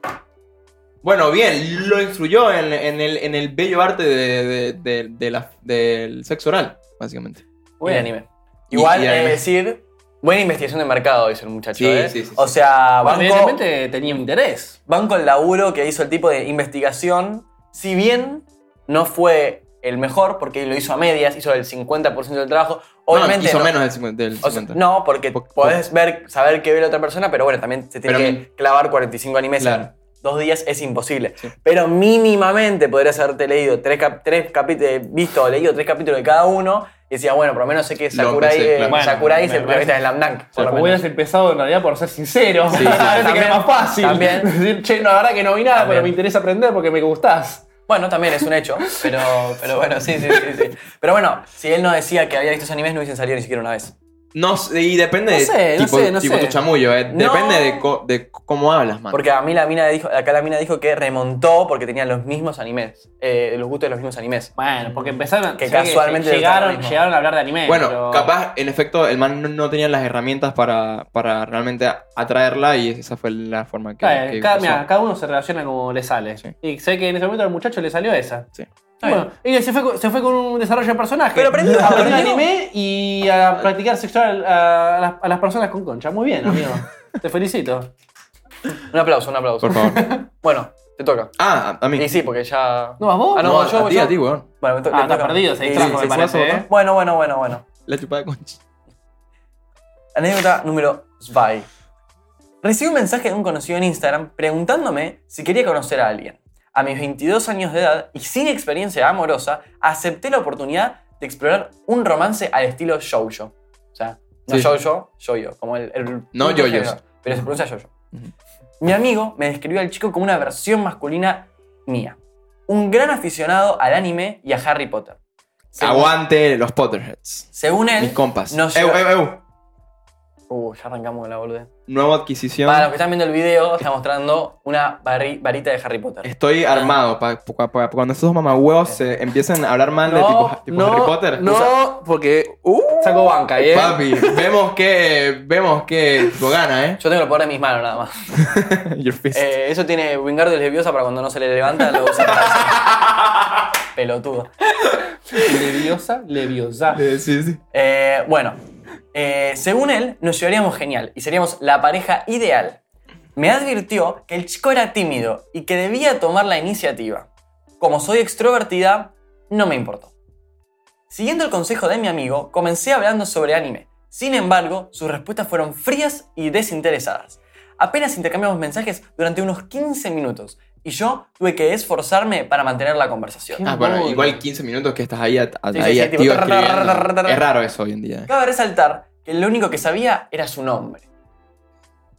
Speaker 1: Bueno, bien, lo instruyó en, en el, en el bello arte de, de- de- de la- del sexo oral, básicamente.
Speaker 2: Buen
Speaker 3: Bien.
Speaker 2: anime.
Speaker 1: Y-
Speaker 2: Igual,
Speaker 1: y
Speaker 2: es
Speaker 1: anime.
Speaker 2: decir, buena investigación de mercado hizo el muchacho,
Speaker 1: Sí,
Speaker 2: ¿eh?
Speaker 1: sí, sí, sí.
Speaker 2: O sea,
Speaker 3: Bueno,
Speaker 2: banco,
Speaker 3: evidentemente tenía un interés.
Speaker 2: banco el laburo que hizo el tipo de investigación, si bien no fue el mejor, porque lo hizo a medias, hizo el 50% del trabajo, obviamente...
Speaker 1: No, hizo
Speaker 2: no-
Speaker 1: menos del 50. del
Speaker 2: o sea,
Speaker 1: 50.
Speaker 2: no, porque
Speaker 1: Po-
Speaker 2: podés ver, saber qué ve la otra persona, pero bueno, también se
Speaker 1: Pero
Speaker 2: tiene que clavar 45 animes
Speaker 1: Claro.
Speaker 2: en dos días, es imposible.
Speaker 1: Sí.
Speaker 2: Pero mínimamente podrías haberte leído tres, cap- tres capítulos, visto o leído tres capítulos de cada uno, y decías, bueno, por lo menos sé que Sakurai,
Speaker 1: empecé,
Speaker 2: eh,
Speaker 1: claro.
Speaker 3: Bueno,
Speaker 2: Sakurai es
Speaker 3: me
Speaker 2: el protagonista de Slam Dunk. por lo
Speaker 3: Porque
Speaker 2: menos.
Speaker 3: hubieras empezado en realidad por ser sincero.
Speaker 1: sí, sí.
Speaker 3: Parece que
Speaker 2: También,
Speaker 3: era más fácil.
Speaker 2: también.
Speaker 3: Decir, che, no, la verdad que no vi nada,
Speaker 2: También.
Speaker 3: pero me interesa aprender porque me gustás.
Speaker 2: Bueno, también es un hecho, pero, pero bueno, sí, sí, sí, sí. Pero bueno, si él no decía que había visto esos animes, no hubiesen salido ni siquiera una vez.
Speaker 1: No sé, y depende
Speaker 3: No
Speaker 1: de
Speaker 3: sé, no
Speaker 1: tipo,
Speaker 3: sé, no
Speaker 1: tipo
Speaker 3: sé.
Speaker 1: tu chamullo, eh.
Speaker 2: No.
Speaker 1: Depende de, co- de cómo hablas, man.
Speaker 2: Porque a mí la mina dijo, acá la mina dijo que remontó porque tenía los mismos animes, eh, los gustos de los mismos animes.
Speaker 3: Bueno, porque empezaron
Speaker 2: Que
Speaker 3: se ve
Speaker 2: casualmente del
Speaker 3: llegaron,
Speaker 2: terrorismo.
Speaker 3: llegaron a hablar de anime.
Speaker 1: bueno,
Speaker 3: pero-
Speaker 1: capaz, en efecto, el man no, no tenía las herramientas para, para realmente a- atraerla y esa fue la forma que,
Speaker 3: Claro,
Speaker 1: que
Speaker 3: cada,
Speaker 1: usó.
Speaker 3: mirá, cada uno se relaciona como le sale.
Speaker 1: Sí.
Speaker 3: Y sé que en ese momento al muchacho le salió esa.
Speaker 1: Sí.
Speaker 3: Bueno, y se fue, con- se fue con un desarrollo de personaje.
Speaker 2: Pero aprendió-
Speaker 3: a aprender
Speaker 2: aprendió.
Speaker 3: anime y a practicar sexual a, a las, a las personas con concha. Muy bien, amigo. Te felicito.
Speaker 2: Un aplauso, un aplauso.
Speaker 1: Por favor.
Speaker 2: Bueno, te toca.
Speaker 1: ah, a a mí.
Speaker 2: Y sí, porque ya.
Speaker 3: ¿No vas vos?
Speaker 2: Ah, no,
Speaker 1: No,
Speaker 2: yo,
Speaker 1: a ti,
Speaker 2: yo.
Speaker 1: a ti, weón.
Speaker 2: Bueno, me to-
Speaker 3: Ah,
Speaker 2: le toca.
Speaker 3: estás perdido, se
Speaker 2: Sí,
Speaker 3: distrajo,
Speaker 2: sí,
Speaker 3: me
Speaker 2: sí.
Speaker 1: fue, se
Speaker 3: parece.
Speaker 1: fue.
Speaker 3: ¿eh?
Speaker 2: Bueno, bueno, bueno, bueno.
Speaker 1: La chupada de concha.
Speaker 2: Anécdota número 2. Recibí un mensaje de un conocido en Instagram preguntándome si quería conocer a alguien. A mis 22 años de edad y sin experiencia amorosa, acepté la oportunidad de explorar un romance al estilo shoujo. O sea, no
Speaker 1: Sí.
Speaker 2: shoujo, shoujo, como el... el-
Speaker 1: No
Speaker 2: el
Speaker 1: yoyos.
Speaker 2: género, Pero se pronuncia shoujo.
Speaker 1: Ujú.
Speaker 2: Mi amigo me describió al chico como una versión masculina mía. Un gran aficionado al anime y a Harry Potter. Según,
Speaker 1: Aguante los Potterheads.
Speaker 2: según él...
Speaker 1: Mis compas.
Speaker 2: nos
Speaker 1: Eu,
Speaker 2: lleva-
Speaker 1: eu, eu.
Speaker 2: Uh, ya arrancamos con la boludez.
Speaker 1: Nueva adquisición.
Speaker 2: Para los que están viendo el video, está mostrando una barri- varita de Harry Potter.
Speaker 1: Estoy armado para cuando esos mamahuevos
Speaker 2: Eh.
Speaker 1: se empiecen a hablar mal de tipo, tipo Harry Potter.
Speaker 3: no,
Speaker 1: o sea,
Speaker 3: porque
Speaker 2: Uh,
Speaker 3: saco banca, ¿eh?
Speaker 1: papi, vemos que vemos que tipo, gana, ¿eh?
Speaker 2: Yo tengo el poder de mis manos nada más.
Speaker 1: Your fist.
Speaker 2: Eh, eso tiene Wingardio Leviosa para cuando no se le levanta, lo usa para hacer- Pelotudo.
Speaker 3: Leviosa, leviosa.
Speaker 1: Eh, sí, sí.
Speaker 2: Eh, bueno, eh, según él, nos llevaríamos genial y seríamos la pareja ideal. Me advirtió que el chico era tímido y que debía tomar la iniciativa. Como soy extrovertida, no me importó. Siguiendo el consejo de mi amigo, comencé hablando sobre anime. Sin embargo, sus respuestas fueron frías y desinteresadas. Apenas intercambiamos mensajes durante unos 15 minutos y yo tuve que esforzarme para mantener la conversación.
Speaker 1: Ah, bueno,
Speaker 3: Bueno.
Speaker 1: igual 15 minutos que estás ahí, a- a-
Speaker 2: Sí, sí,
Speaker 1: ahí
Speaker 2: sí,
Speaker 1: activo
Speaker 2: tipo, tar, tar,
Speaker 1: escribiendo.
Speaker 2: tar, tar, tar.
Speaker 1: Es raro eso hoy en día.
Speaker 2: Cabe resaltar que lo único que sabía era su nombre.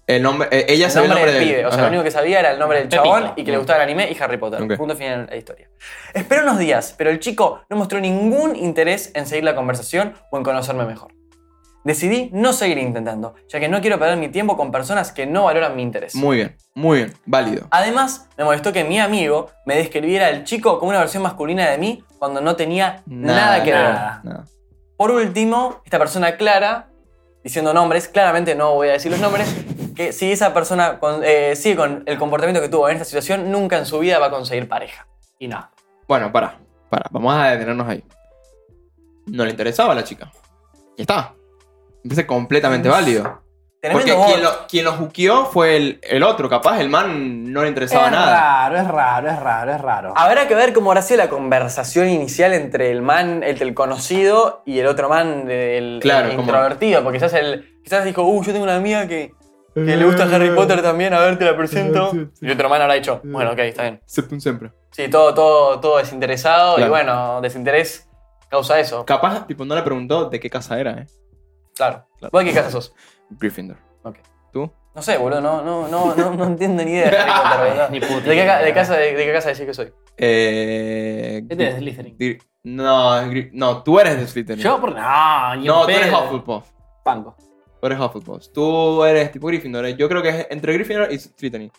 Speaker 1: El nombre, eh, ella
Speaker 2: el
Speaker 1: sabe
Speaker 2: nombre del
Speaker 1: de él.
Speaker 2: pibe. O sea,
Speaker 1: Ajá.
Speaker 2: lo único que sabía era el nombre del
Speaker 3: Pepito.
Speaker 2: chabón y que le gustaba el anime y Harry Potter.
Speaker 1: Ok.
Speaker 2: Punto final de la historia. Esperé unos días, pero el chico no mostró ningún interés en seguir la conversación o en conocerme mejor. Decidí no seguir intentando, ya que no quiero perder mi tiempo con personas que no valoran mi interés.
Speaker 1: Muy bien, muy bien, válido.
Speaker 2: Además, me molestó que mi amigo me describiera al chico como una versión masculina de mí cuando no tenía nada, que ver.
Speaker 1: nada.
Speaker 2: Por último, esta persona clara, diciendo nombres, claramente no voy a decir los nombres, que si esa persona con- eh, sigue con el comportamiento que tuvo en esta situación, nunca en su vida va a conseguir pareja.
Speaker 3: Y no.
Speaker 1: Bueno, para, para, vamos a detenernos ahí. No le interesaba a la chica. Ya está. Me parece completamente válido. Porque
Speaker 2: Tremendo
Speaker 1: quien
Speaker 2: bot.
Speaker 1: lo, quien lo juqueó fue el, el otro, capaz el man no le interesaba
Speaker 3: es
Speaker 1: nada. Ah,
Speaker 3: raro, es raro, es raro, es raro.
Speaker 2: Habrá que ver cómo habrá sido la conversación inicial entre el man, el del conocido, y el otro man del
Speaker 1: Claro,
Speaker 2: el
Speaker 1: como-
Speaker 2: introvertido. Porque quizás, el, quizás dijo, uh, yo tengo una amiga que, que le gusta Harry Potter también, a ver, te la presento. Y el otro man habrá dicho, bueno, ok, está bien.
Speaker 1: Excepto un siempre.
Speaker 2: Sí, todo, todo, todo desinteresado y
Speaker 1: Claro.
Speaker 2: bueno, desinterés causa eso,
Speaker 1: Capaz, tipo, no le preguntó de qué casa era, ¿eh?
Speaker 2: claro. ¿Vos de qué casa sos?
Speaker 1: Gryffindor.
Speaker 2: Ok.
Speaker 1: ¿Tú?
Speaker 2: No sé, boludo, no, no, no, no, no entiendo ni idea de Harry Potter, boludo.
Speaker 3: Ni puta
Speaker 2: ¿De qué, ca-
Speaker 3: idea.
Speaker 2: de casa, de, de qué casa decís que soy?
Speaker 1: Eh.
Speaker 3: Este es Slytherin.
Speaker 1: Gry- No, Gry- no, tú eres de Slytherin.
Speaker 3: Yo por no, ni
Speaker 1: No,
Speaker 3: en
Speaker 1: tú eres
Speaker 3: pedo.
Speaker 1: Hufflepuff.
Speaker 3: Pango.
Speaker 1: Tú eres Hufflepuff. Tú eres tipo Gryffindor. ¿eh? Yo creo que es entre Gryffindor y Slytherin.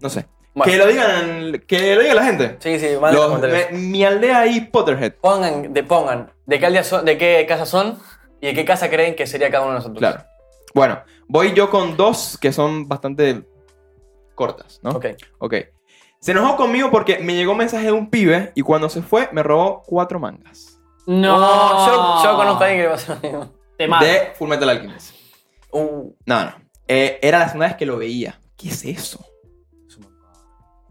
Speaker 1: No sé.
Speaker 2: Bueno.
Speaker 1: Que lo digan, que lo diga la gente.
Speaker 2: Sí, sí, manden
Speaker 1: Los-
Speaker 2: los comentarios.
Speaker 1: me- mi aldea y Potterhead.
Speaker 2: Pongan, de pongan, de qué, aldea son- de qué casa son y de qué casa creen que sería cada uno de nosotros.
Speaker 1: Claro. Bueno, voy yo con dos que son bastante cortas, ¿no?
Speaker 2: Ok.
Speaker 1: Ok. Se enojó conmigo porque me llegó un mensaje de un pibe y cuando se fue me robó cuatro mangas.
Speaker 3: No,
Speaker 2: Oh, yo, yo conozco a alguien que le pasó lo mismo.
Speaker 3: Te mato.
Speaker 1: De Full Metal Alchemist.
Speaker 2: Uh,
Speaker 1: No, no. Eh, era la segunda vez que lo veía. ¿Qué es eso?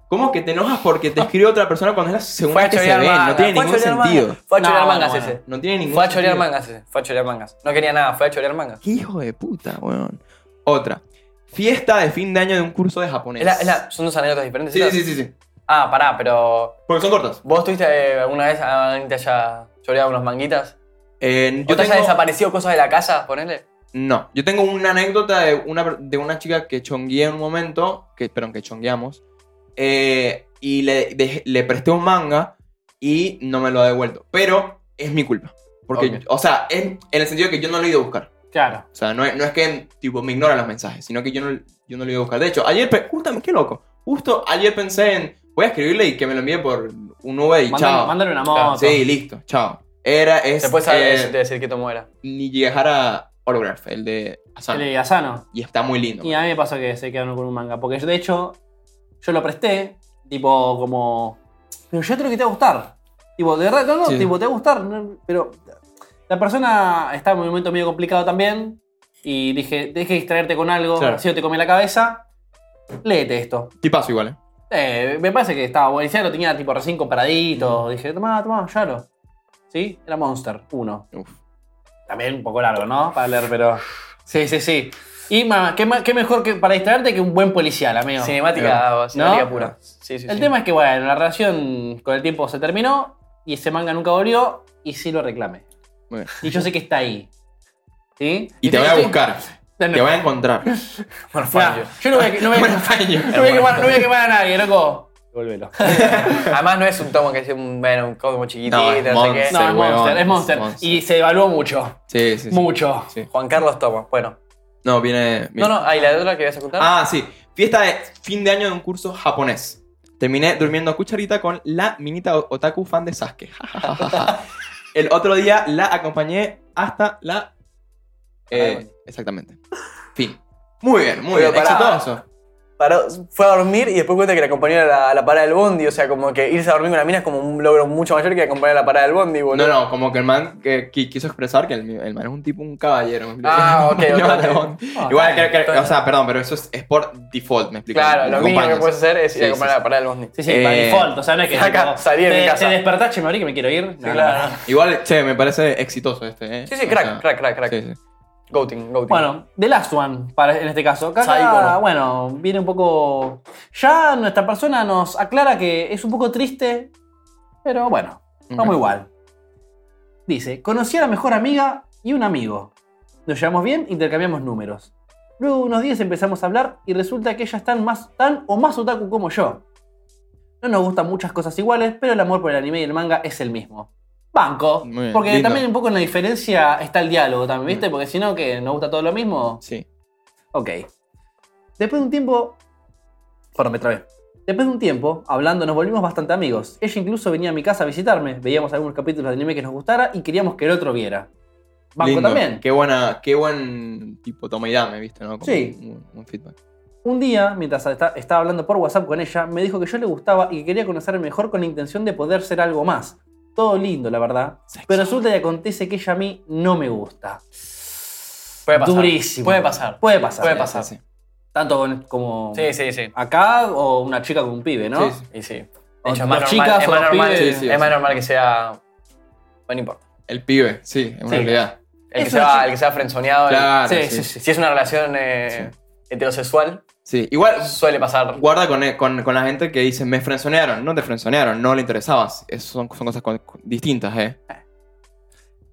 Speaker 1: ¿Cómo que te enojas porque te escribe otra persona cuando es la segunda
Speaker 2: Ah. fue a
Speaker 1: vez que se
Speaker 2: chorear
Speaker 1: ven?
Speaker 2: mangas.
Speaker 1: No tiene
Speaker 2: fue a
Speaker 1: ningún
Speaker 2: chorear mangas,
Speaker 1: sentido.
Speaker 2: Fue a chorear
Speaker 3: No,
Speaker 2: mangas
Speaker 3: bueno.
Speaker 2: ese.
Speaker 1: No tiene ningún
Speaker 2: Fue a
Speaker 1: sentido.
Speaker 2: chorear mangas ese. Fue a chorear mangas. No quería nada, fue a chorear mangas.
Speaker 1: ¡Qué hijo de puta, weón! Otra. Fiesta de fin de año de un curso de japonés.
Speaker 2: Es la- es la- son dos anécdotas diferentes.
Speaker 1: Sí,
Speaker 2: estas.
Speaker 1: sí, sí, sí.
Speaker 2: Ah, pará, pero.
Speaker 1: Porque son cortas.
Speaker 2: ¿Vos tuviste eh, alguna vez a alguien que te haya choreado unos manguitas?
Speaker 1: Eh,
Speaker 2: ¿O
Speaker 1: yo
Speaker 2: te haya
Speaker 1: tengo...
Speaker 2: desaparecido cosas de la casa? Ponele.
Speaker 1: No, yo tengo una anécdota de una, de una chica que chongué en un momento, que, perdón, que chongueamos, eh, y le, dejé- le presté un manga y no me lo ha devuelto. Pero es mi culpa. Porque,
Speaker 2: Ok.
Speaker 1: o sea, es en el sentido que yo no lo he ido a buscar.
Speaker 3: Claro.
Speaker 1: O sea, no es, no es que tipo, me ignora los mensajes, sino que yo no, yo no lo iba a buscar. De hecho, ayer, pe- justamente, qué loco. Justo ayer pensé en, voy a escribirle y que me lo envíe por un Uber y
Speaker 3: Mándale,
Speaker 1: chao.
Speaker 3: mándale una
Speaker 2: Claro,
Speaker 3: moto.
Speaker 1: sí, listo, chao. era, es,
Speaker 2: Después sabes
Speaker 1: eh,
Speaker 2: de decir que tomo era.
Speaker 1: Nigihara Holograph, el de
Speaker 3: El
Speaker 1: Asano.
Speaker 3: de Asano.
Speaker 1: Y está muy lindo.
Speaker 3: Y a mí me pasó que se quedaron con un manga. Porque yo, de hecho, yo lo presté, tipo, como. Pero yo creo que te va a gustar. Tipo, de verdad, no, no,
Speaker 1: Sí.
Speaker 3: tipo, te va a gustar. no, pero la persona está en un momento medio complicado también. Y dije, deje de distraerte con algo.
Speaker 1: Claro.
Speaker 3: Si no te come la cabeza, léete esto.
Speaker 1: Tipazo igual, ¿eh?
Speaker 3: Eh, me parece que estaba bueno. Ya lo tenía tipo recién compradito. Dije, tomá, tomá, llalo. ¿Sí? Era Monster 1.
Speaker 1: Uf.
Speaker 3: También un poco largo, ¿no? Para leer, pero. Sí, sí, sí. Y más, ¿qué, ma- qué mejor que para distraerte que un buen policial, amigo.
Speaker 2: Cinemática, cinemática
Speaker 3: ¿No?
Speaker 2: pura. Sí, sí,
Speaker 3: El
Speaker 2: sí.
Speaker 3: tema es que, bueno, la relación con el tiempo se terminó y ese manga nunca volvió y sí lo reclamé.
Speaker 1: Muy bien.
Speaker 3: Y yo sé que está ahí. ¿Sí?
Speaker 1: Y te voy a
Speaker 3: Estoy-
Speaker 1: buscar.
Speaker 3: No, no.
Speaker 1: Te voy a encontrar.
Speaker 2: Bueno, fue
Speaker 3: Nah,
Speaker 2: yo.
Speaker 3: yo no voy a, no voy a- no voy a quemar, no voy a quemar a nadie, loco. Devuélvelo.
Speaker 2: Además no es un tomo que es un, bueno, un código chiquitito,
Speaker 1: No,
Speaker 2: no,
Speaker 1: es
Speaker 2: sé qué.
Speaker 3: No, es
Speaker 1: Monster,
Speaker 3: Monster,
Speaker 1: weón,
Speaker 3: es Monster.
Speaker 1: es Monster.
Speaker 3: Y se evaluó mucho.
Speaker 1: Sí, sí, sí.
Speaker 3: Mucho.
Speaker 1: Sí.
Speaker 2: Juan Carlos Tomo, bueno.
Speaker 1: No, viene.
Speaker 2: No,
Speaker 1: viene-
Speaker 2: no, ahí la otra que ibas a contar.
Speaker 1: Ah, sí. Fiesta de fin de año de un curso japonés. Terminé durmiendo a cucharita con la minita o- otaku fan de Sasuke. El otro día la acompañé hasta la. eh,
Speaker 2: Ay,
Speaker 1: exactamente. Fin. Muy bien, muy
Speaker 2: Pero
Speaker 1: bien.
Speaker 2: pará.
Speaker 1: Exitoso.
Speaker 2: Paró, fue a dormir y después cuenta que la acompañó a la, a la parada del bondi. O sea, como que irse a dormir con la mina es como un logro mucho mayor que acompañar a la parada del bondi, boludo.
Speaker 1: No, no, como que el man que, qui- quiso expresar que el, el man es un tipo, un caballero. ¿me
Speaker 2: Ah,
Speaker 1: explico?
Speaker 2: ok,
Speaker 1: No,
Speaker 2: ok.
Speaker 1: no.
Speaker 3: Ah,
Speaker 1: Igual,
Speaker 2: está bien,
Speaker 1: creo que-
Speaker 2: está bien.
Speaker 1: o sea, perdón, pero eso es, es por default, me explico.
Speaker 2: Claro,
Speaker 1: Me
Speaker 2: lo mínimo que
Speaker 1: acompañas.
Speaker 2: puedes hacer es ir
Speaker 1: Sí,
Speaker 2: a acompañar
Speaker 1: sí,
Speaker 2: a la parada del bondi.
Speaker 3: Sí, sí, by
Speaker 1: Eh,
Speaker 3: default. O sea, no es que.
Speaker 2: acá,
Speaker 3: tipo,
Speaker 2: salí de
Speaker 3: te,
Speaker 2: mi casa.
Speaker 3: Te despertás, che, me abrí que me quiero ir. No, no,
Speaker 2: claro.
Speaker 3: no.
Speaker 1: Igual, che, me parece exitoso este, ¿eh?
Speaker 2: Sí, sí,
Speaker 1: O
Speaker 2: crack,
Speaker 1: sea,
Speaker 2: crack, crack, crack.
Speaker 1: sí, sí.
Speaker 2: Goating, goating.
Speaker 3: Bueno, The Last One, para, en este caso. Acá,
Speaker 2: Psycho.
Speaker 3: bueno, viene un poco. Ya nuestra persona nos aclara que es un poco triste, pero bueno, vamos
Speaker 1: Ok.
Speaker 3: igual. Dice: Conocí a la mejor amiga y un amigo. Nos llevamos bien, intercambiamos números. Luego de unos días empezamos a hablar y resulta que ella es tan, más, tan o más otaku como yo. No nos gustan muchas cosas iguales, pero el amor por el anime y el manga es el mismo. Banco.
Speaker 1: Muy bien,
Speaker 3: porque
Speaker 1: lindo.
Speaker 3: también un poco en la diferencia está el diálogo también, ¿viste?
Speaker 1: Mm.
Speaker 3: Porque si no, que nos gusta todo lo mismo.
Speaker 1: Sí.
Speaker 3: Ok. Después de un tiempo. Bueno, me trabé. Después de un tiempo, hablando, nos volvimos bastante amigos. Ella incluso venía a mi casa a visitarme, veíamos algunos capítulos de anime que nos gustara y queríamos que el otro viera. Banco
Speaker 1: Lindo.
Speaker 3: también.
Speaker 1: Qué, buena, qué buen tipo toma y dame, ¿viste? ¿no? Como
Speaker 3: Sí.
Speaker 1: Un, un feedback.
Speaker 3: Un día, mientras esta- estaba hablando por WhatsApp con ella, me dijo que yo le gustaba y que quería conocerme mejor con la intención de poder ser algo más. Todo lindo, la verdad. Pero resulta que acontece que ella a mí no me gusta.
Speaker 2: Puede pasar.
Speaker 3: Durísimo.
Speaker 2: Puede pasar.
Speaker 3: Puede pasar.
Speaker 2: Puede pasar.
Speaker 1: Sí, sí.
Speaker 3: Tanto con- como
Speaker 2: Sí, sí, sí.
Speaker 3: acá o una chica con un pibe, ¿no?
Speaker 1: Sí, sí.
Speaker 2: Y sí. De
Speaker 3: O
Speaker 2: hecho, es
Speaker 3: dos
Speaker 2: más normal,
Speaker 3: chicas
Speaker 2: es
Speaker 3: o
Speaker 2: más
Speaker 3: dos
Speaker 2: normal,
Speaker 1: pibes. Sí, sí,
Speaker 2: es más
Speaker 1: sí.
Speaker 2: normal que sea. Bueno, no importa.
Speaker 1: El pibe, sí, en una
Speaker 3: Sí.
Speaker 1: realidad.
Speaker 2: El que,
Speaker 3: Es una
Speaker 2: sea,
Speaker 3: chica.
Speaker 2: el que sea frenzoneado. el-
Speaker 1: Claro.
Speaker 3: Sí,
Speaker 1: sí.
Speaker 3: sí, sí.
Speaker 2: Si es una relación eh, heterosexual,
Speaker 1: Sí. Igual,
Speaker 2: suele pasar.
Speaker 1: guarda con, con- con la gente que dice, me frenzonearon. No te frenzonearon, no le interesabas. Eso son, son cosas con- distintas, ¿eh?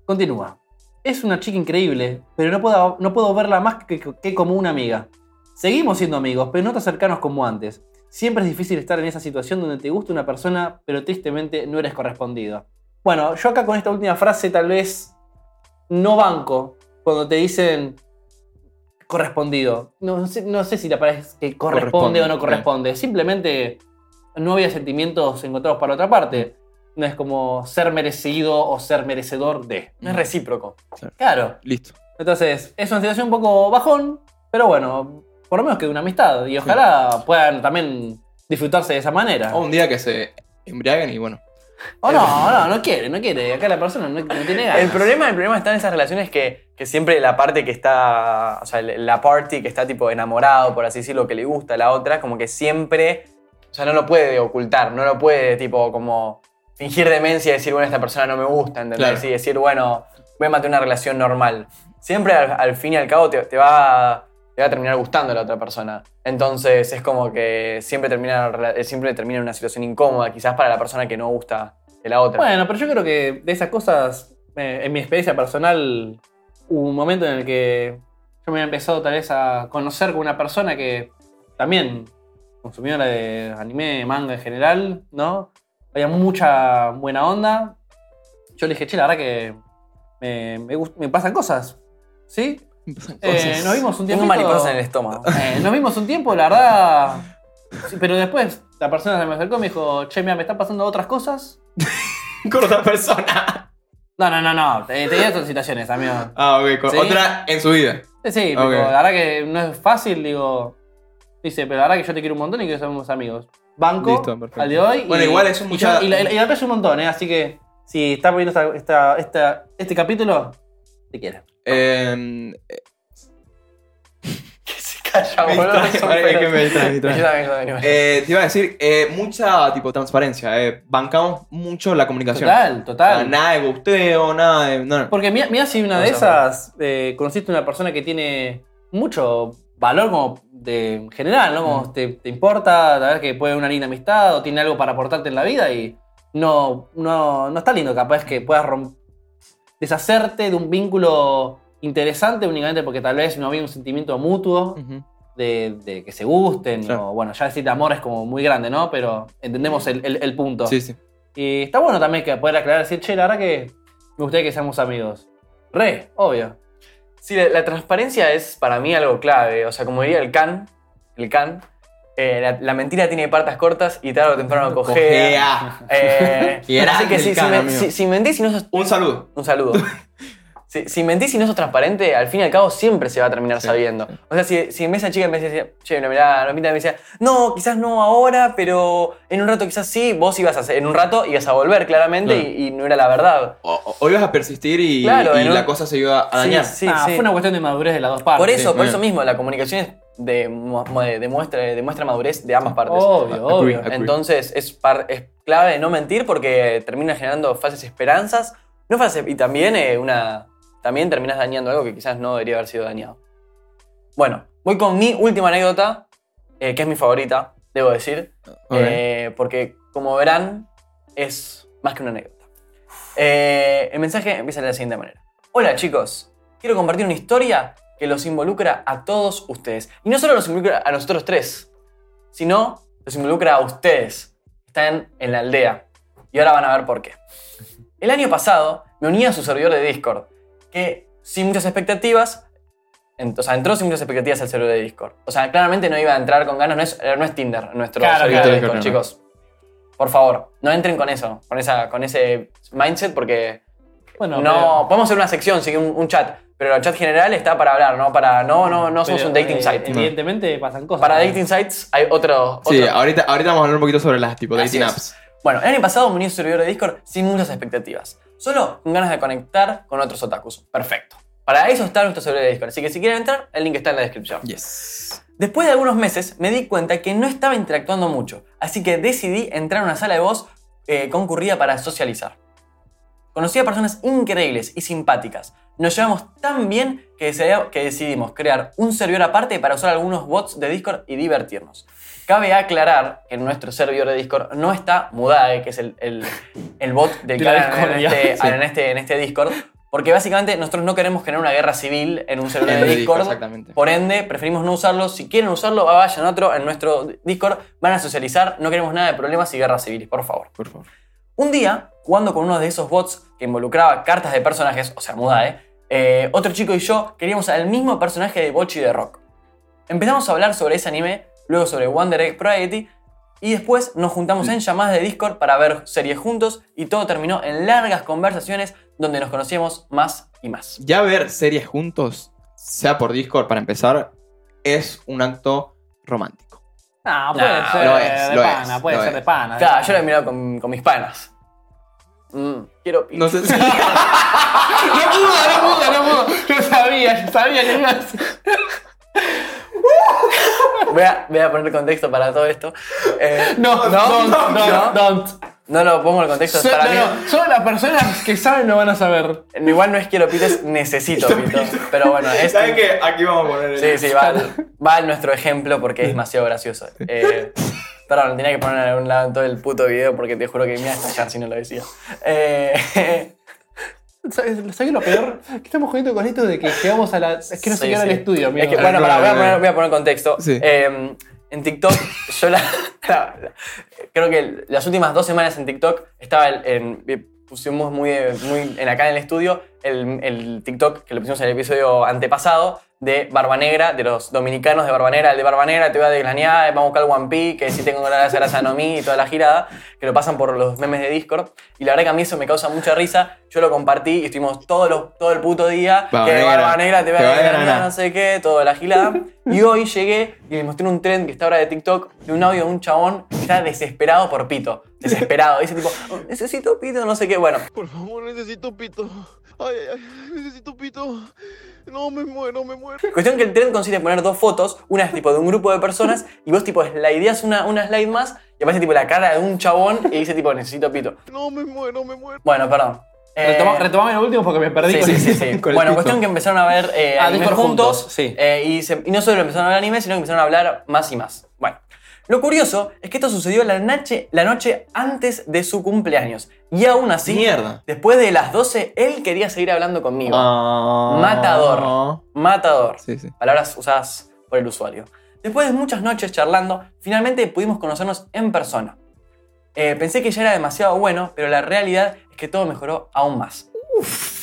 Speaker 3: Continúa. Es una chica increíble, pero no puedo, no puedo verla más que, que como una amiga. Seguimos siendo amigos, pero no tan cercanos como antes. Siempre es difícil estar en esa situación donde te gusta una persona, pero tristemente no eres correspondido. Bueno, yo acá con esta última frase tal vez no banco cuando te dicen correspondido. No, sé, no sé si la palabra es que corresponde,
Speaker 1: Corresponde,
Speaker 3: o no corresponde. Simplemente no había sentimientos encontrados para la otra parte. No es como ser merecido o ser merecedor de.
Speaker 2: No es recíproco.
Speaker 3: Claro.
Speaker 1: Listo.
Speaker 3: Entonces, es una situación un poco bajón, pero bueno, por lo menos que de una amistad. Y ojalá puedan también disfrutarse de esa manera.
Speaker 1: O un día que se embriaguen y bueno.
Speaker 3: O no, no, no quiere, no quiere. Acá la persona no, no tiene ganas.
Speaker 2: El problema, el problema está en esas relaciones que, que siempre la parte que está, o sea, el- la party que está tipo enamorado, por así decirlo, que le gusta a la otra, como que siempre, o sea, no lo puede ocultar, no lo puede tipo como fingir demencia y decir, bueno, esta persona no me gusta, ¿entendés?
Speaker 1: Claro.
Speaker 2: Y decir, bueno, voy a mantener una relación normal. Siempre al, al fin y al cabo te, te va, te va a terminar gustando la otra persona. Entonces es como que siempre termina, eh, siempre termina en una situación incómoda, quizás para la persona que no gusta de la otra.
Speaker 3: Bueno, pero yo creo que de esas cosas, eh, en mi experiencia personal, hubo un momento en el que yo me he empezado tal vez a conocer con una persona que también consumidora de anime, manga en general, ¿no? Había mucha buena onda. Yo le dije, che, la verdad que me, me gust- me pasan cosas, ¿sí? Eh, nos vimos un tiempo.
Speaker 2: Tengo mariposas en el estómago.
Speaker 3: Eh, nos vimos un tiempo, la verdad. sí, pero después la persona se me acercó y me dijo, che, mira, me están pasando otras cosas.
Speaker 1: con otra persona.
Speaker 3: No, no, no, no. Te, te digo otras situaciones, amigo.
Speaker 1: Ah, ok. con
Speaker 3: ¿Sí?
Speaker 1: Otra en su vida.
Speaker 2: Ah.
Speaker 3: Eh, Sí,
Speaker 1: Ok.
Speaker 3: pero la verdad que no es fácil, digo. Dice, pero la verdad que yo te quiero un montón y quiero ser unos amigos. Banco
Speaker 1: Listo, perfecto.
Speaker 3: al de hoy.
Speaker 1: Bueno,
Speaker 3: y-
Speaker 1: igual es un
Speaker 3: y
Speaker 1: mucha-
Speaker 3: yo- Y, la, y la aprecio un montón, ¿eh? Así que si estás viendo esta, esta- esta- este capítulo, te quiero.
Speaker 1: Eh,
Speaker 2: Que se calla,
Speaker 1: Me
Speaker 2: boludo.
Speaker 1: distrae,
Speaker 2: Son
Speaker 1: parece que
Speaker 2: feos.
Speaker 1: me distrae, me distrae.
Speaker 2: Yo también, yo también.
Speaker 1: eh, te iba a decir, eh, mucha tipo transparencia. eh, bancamos mucho la comunicación.
Speaker 3: Total,
Speaker 1: O sea,
Speaker 3: total.
Speaker 1: nada de gusteo, nada de. No, no.
Speaker 3: Porque mira, mira si una de
Speaker 2: Vamos a
Speaker 3: esas eh, conociste una persona que tiene mucho valor como de en general, ¿no?
Speaker 1: Mm.
Speaker 3: Como te, te importa, la verdad que puede haber una linda amistad o tiene algo para aportarte en la vida y no, no, no está lindo capaz que puedas rom- deshacerte de un vínculo interesante únicamente porque tal vez no había un sentimiento mutuo
Speaker 1: Ujú.
Speaker 3: de, de que se gusten
Speaker 1: Mm. Claro.
Speaker 3: o bueno, ya decir amor es como muy grande, ¿no? Pero entendemos el, el- el punto.
Speaker 1: Sí, sí.
Speaker 3: Y está bueno también que poder aclarar, decir, che, la verdad que me gustaría que seamos amigos. Re, obvio.
Speaker 2: Sí, la, la transparencia es para mí algo clave. O sea, como diría el can, el can, eh, la, la mentira tiene partas cortas y tarde o temprano cojea.
Speaker 1: Cojea.
Speaker 2: Eh,
Speaker 1: Y era
Speaker 2: así que
Speaker 1: el
Speaker 2: si, si
Speaker 1: Can,
Speaker 2: me-
Speaker 1: amigo.
Speaker 2: si- si mentís y no sos.
Speaker 1: Un saludo.
Speaker 2: Un saludo. Si, si mentís y no sos transparente, al fin y al cabo siempre se va a terminar
Speaker 1: Sí,
Speaker 2: sabiendo.
Speaker 1: sí.
Speaker 2: O sea, si, si esa chica me decía, che, no, mirá, la mitad me decía, no, quizás no ahora, pero en un rato quizás sí, vos ibas a, hacer- en un rato ibas a volver claramente
Speaker 1: Claro.
Speaker 2: y- y no era la verdad.
Speaker 1: O, o- o ibas a persistir y,
Speaker 2: Claro,
Speaker 1: y
Speaker 2: en un-
Speaker 1: la cosa se iba a
Speaker 2: Sí,
Speaker 1: dañar.
Speaker 2: sí,
Speaker 3: Ah,
Speaker 2: sí.
Speaker 3: Fue una cuestión de madurez de las dos partes.
Speaker 2: Por eso,
Speaker 1: muy
Speaker 2: por
Speaker 1: bien.
Speaker 2: eso mismo, la comunicación es de, mu- mu- de- demuestra, demuestra madurez de ambas partes.
Speaker 1: Ah,
Speaker 3: Obvio, obvio.
Speaker 1: agree.
Speaker 2: Entonces es, par- es clave no mentir porque termina generando falsas esperanzas. No falsas, y también eh, una. También terminas dañando algo que quizás no debería haber sido dañado. Bueno, voy con mi última anécdota, eh, que es mi favorita, debo decir.
Speaker 1: Ok.
Speaker 2: Eh, porque, como verán, es más que una anécdota. Eh, el mensaje empieza de la siguiente manera. Hola chicos, quiero compartir una historia que los involucra a todos ustedes. Y no solo los involucra a nosotros tres, sino los involucra a ustedes. Están en la aldea. Y ahora van a ver por qué. El año pasado me uní a su servidor de Discord, que sin muchas expectativas en- o sea, entró sin muchas expectativas al servidor de Discord. O sea, claramente no iba a entrar con ganas, no es, eh, no es Tinder nuestro
Speaker 3: Claro,
Speaker 2: servidor
Speaker 1: claro.
Speaker 2: de
Speaker 1: Discord,
Speaker 2: Discord,
Speaker 1: no.
Speaker 2: chicos. Por favor, no entren con eso, con, esa, con ese mindset, porque
Speaker 3: Bueno,
Speaker 2: no, podemos hacer una sección, sí, un, un chat, pero el chat general está para hablar, no para no no no somos
Speaker 3: pero,
Speaker 2: un dating
Speaker 3: eh,
Speaker 2: site.
Speaker 3: Evidentemente pasan cosas.
Speaker 2: Para
Speaker 3: ¿no?
Speaker 2: dating sites hay otro,
Speaker 1: Sí,
Speaker 2: otro-
Speaker 1: ahorita, ahorita vamos a hablar un poquito sobre las tipo
Speaker 2: Así
Speaker 1: dating
Speaker 2: es.
Speaker 1: apps.
Speaker 2: Bueno, el año pasado me uní a un servidor de Discord sin muchas expectativas, solo con ganas de conectar con otros otakus. Perfecto. Para eso está nuestro servidor de Discord, así que si quieren entrar, el link está en la descripción.
Speaker 1: Yes.
Speaker 2: Después de algunos meses me di cuenta que no estaba interactuando mucho, así que decidí entrar a una sala de voz eh, concurrida para socializar. Conocí a personas increíbles y simpáticas. Nos llevamos tan bien que, desea- que decidimos crear un servidor aparte para usar algunos bots de Discord y divertirnos. Cabe aclarar que nuestro servidor de Discord no está Mudae, que es el, el- el bot del
Speaker 3: De
Speaker 2: que
Speaker 3: la
Speaker 2: hablan en
Speaker 3: discordia.
Speaker 2: este,
Speaker 1: Sí.
Speaker 2: en, este, en este Discord, porque básicamente nosotros no queremos generar una guerra civil en un servidor
Speaker 1: En
Speaker 2: de
Speaker 1: el Discord,
Speaker 2: Discord
Speaker 1: exactamente.
Speaker 2: Eh, por ende, preferimos no usarlo. Si quieren usarlo, vayan a otro en nuestro Discord. Van a socializar. No queremos nada de problemas y guerras civiles, por favor.
Speaker 1: Por favor.
Speaker 2: Un día, jugando con uno de esos bots que involucraba cartas de personajes, o sea, Mudae, eh, otro chico y yo queríamos al mismo personaje de Bochi de Rock. Empezamos a hablar sobre ese anime, luego sobre Wonder Egg Priority, y después nos juntamos en llamadas de Discord para ver series juntos, y todo terminó en largas conversaciones donde nos conocíamos más y más.
Speaker 1: Ya ver series juntos, sea por Discord para empezar, es un acto romántico.
Speaker 3: No, puede
Speaker 2: Nah,
Speaker 3: ser
Speaker 1: lo es,
Speaker 3: de
Speaker 1: lo
Speaker 3: pana,
Speaker 1: es,
Speaker 3: puede
Speaker 1: lo
Speaker 3: ser de
Speaker 1: es.
Speaker 3: pana.
Speaker 2: Claro, yo lo he mirado con, con mis panas. Mm, quiero pizza.
Speaker 1: No sé si... no pudo, no pudo, no pudo.
Speaker 3: Yo sabía, yo sabía que iba a ser.
Speaker 2: Voy a, voy a poner contexto para todo esto. Eh,
Speaker 3: No, no, no,
Speaker 2: no,
Speaker 3: no, don't.
Speaker 2: no lo pongo en contexto.
Speaker 3: So-
Speaker 2: para
Speaker 3: no,
Speaker 2: mí,
Speaker 3: no, solo las personas que saben no van a saber.
Speaker 2: igual no es quiero pites, necesito pitos. Pero bueno, es.
Speaker 1: ¿Saben qué? Aquí vamos a poner el...
Speaker 2: Sí, sí, va, al- va al nuestro ejemplo porque es demasiado gracioso. Eh, perdón, tenía que poner en algún lado en todo el puto video porque te juro que me iba a estallar si no lo decía. Eh,
Speaker 3: ¿Sabes, sabes lo peor? Que estamos jugando con esto de que llegamos a la. Es que no
Speaker 2: Sí,
Speaker 3: se queda
Speaker 2: sí.
Speaker 3: el estudio, amigo.
Speaker 2: Es que, bueno,
Speaker 1: Claro,
Speaker 2: pará, voy, a
Speaker 1: claro.
Speaker 2: poner, voy a poner contexto.
Speaker 1: Sí.
Speaker 2: Eh, en TikTok, yo la, la- la- Creo que las últimas dos semanas en TikTok estaba el- en- eh, pusimos muy, eh, muy en acá en el estudio el, el TikTok que lo pusimos en el episodio antepasado de Barba Negra, de los dominicanos de Barba Negra, el de Barba Negra, te voy a desglanear, vamos a buscar el One Piece, que si tengo ganas de hacer a Nomi y toda la girada, que lo pasan por los memes de Discord. Y la verdad que a mí eso me causa mucha risa, yo lo compartí y estuvimos todos los, todo el puto día,
Speaker 1: Barba
Speaker 2: que
Speaker 1: Negra,
Speaker 2: Barba Negra te voy a
Speaker 1: te va a
Speaker 2: desgranear,
Speaker 1: desgranar.
Speaker 2: no sé qué, toda la gilada. Y hoy llegué y me mostré un trend que está ahora de TikTok de un audio de un chabón que está desesperado por pito. Desesperado. Dice tipo, "Oh, necesito pito, no sé qué. Bueno,
Speaker 4: Por favor, necesito pito. Ay, ay, ay, necesito pito. No, me muero, me muero.
Speaker 2: cuestión que el trend consiste en poner dos fotos, una es tipo de un grupo de personas y vos tipo slideás una, una slide más y aparece tipo la cara de un chabón y dice tipo, necesito pito.
Speaker 4: No, me muero, me muero.
Speaker 2: Bueno, perdón. Eh,
Speaker 3: Retoma- retomame lo último porque me perdí.
Speaker 2: Sí,
Speaker 3: con
Speaker 2: sí,
Speaker 3: el-
Speaker 2: sí, sí.
Speaker 1: con el
Speaker 2: Bueno,
Speaker 1: pito.
Speaker 2: cuestión que empezaron a ver eh,
Speaker 3: Ah,
Speaker 2: anime
Speaker 3: Discord
Speaker 2: juntos.
Speaker 3: juntos, sí.
Speaker 2: eh, y, se- y no solo empezaron a hablar anime, sino que empezaron a hablar más y más. Bueno, lo curioso es que esto sucedió la noche, la noche antes de su cumpleaños. Y aún así,
Speaker 1: Mierda.
Speaker 2: después de las 12, él quería seguir hablando conmigo.
Speaker 1: Ah.
Speaker 2: Matador. Matador.
Speaker 1: Sí, sí.
Speaker 2: Palabras usadas por el usuario. Después de muchas noches charlando, finalmente pudimos conocernos en persona. Eh, pensé que ya era demasiado bueno, pero la realidad es que todo mejoró aún más.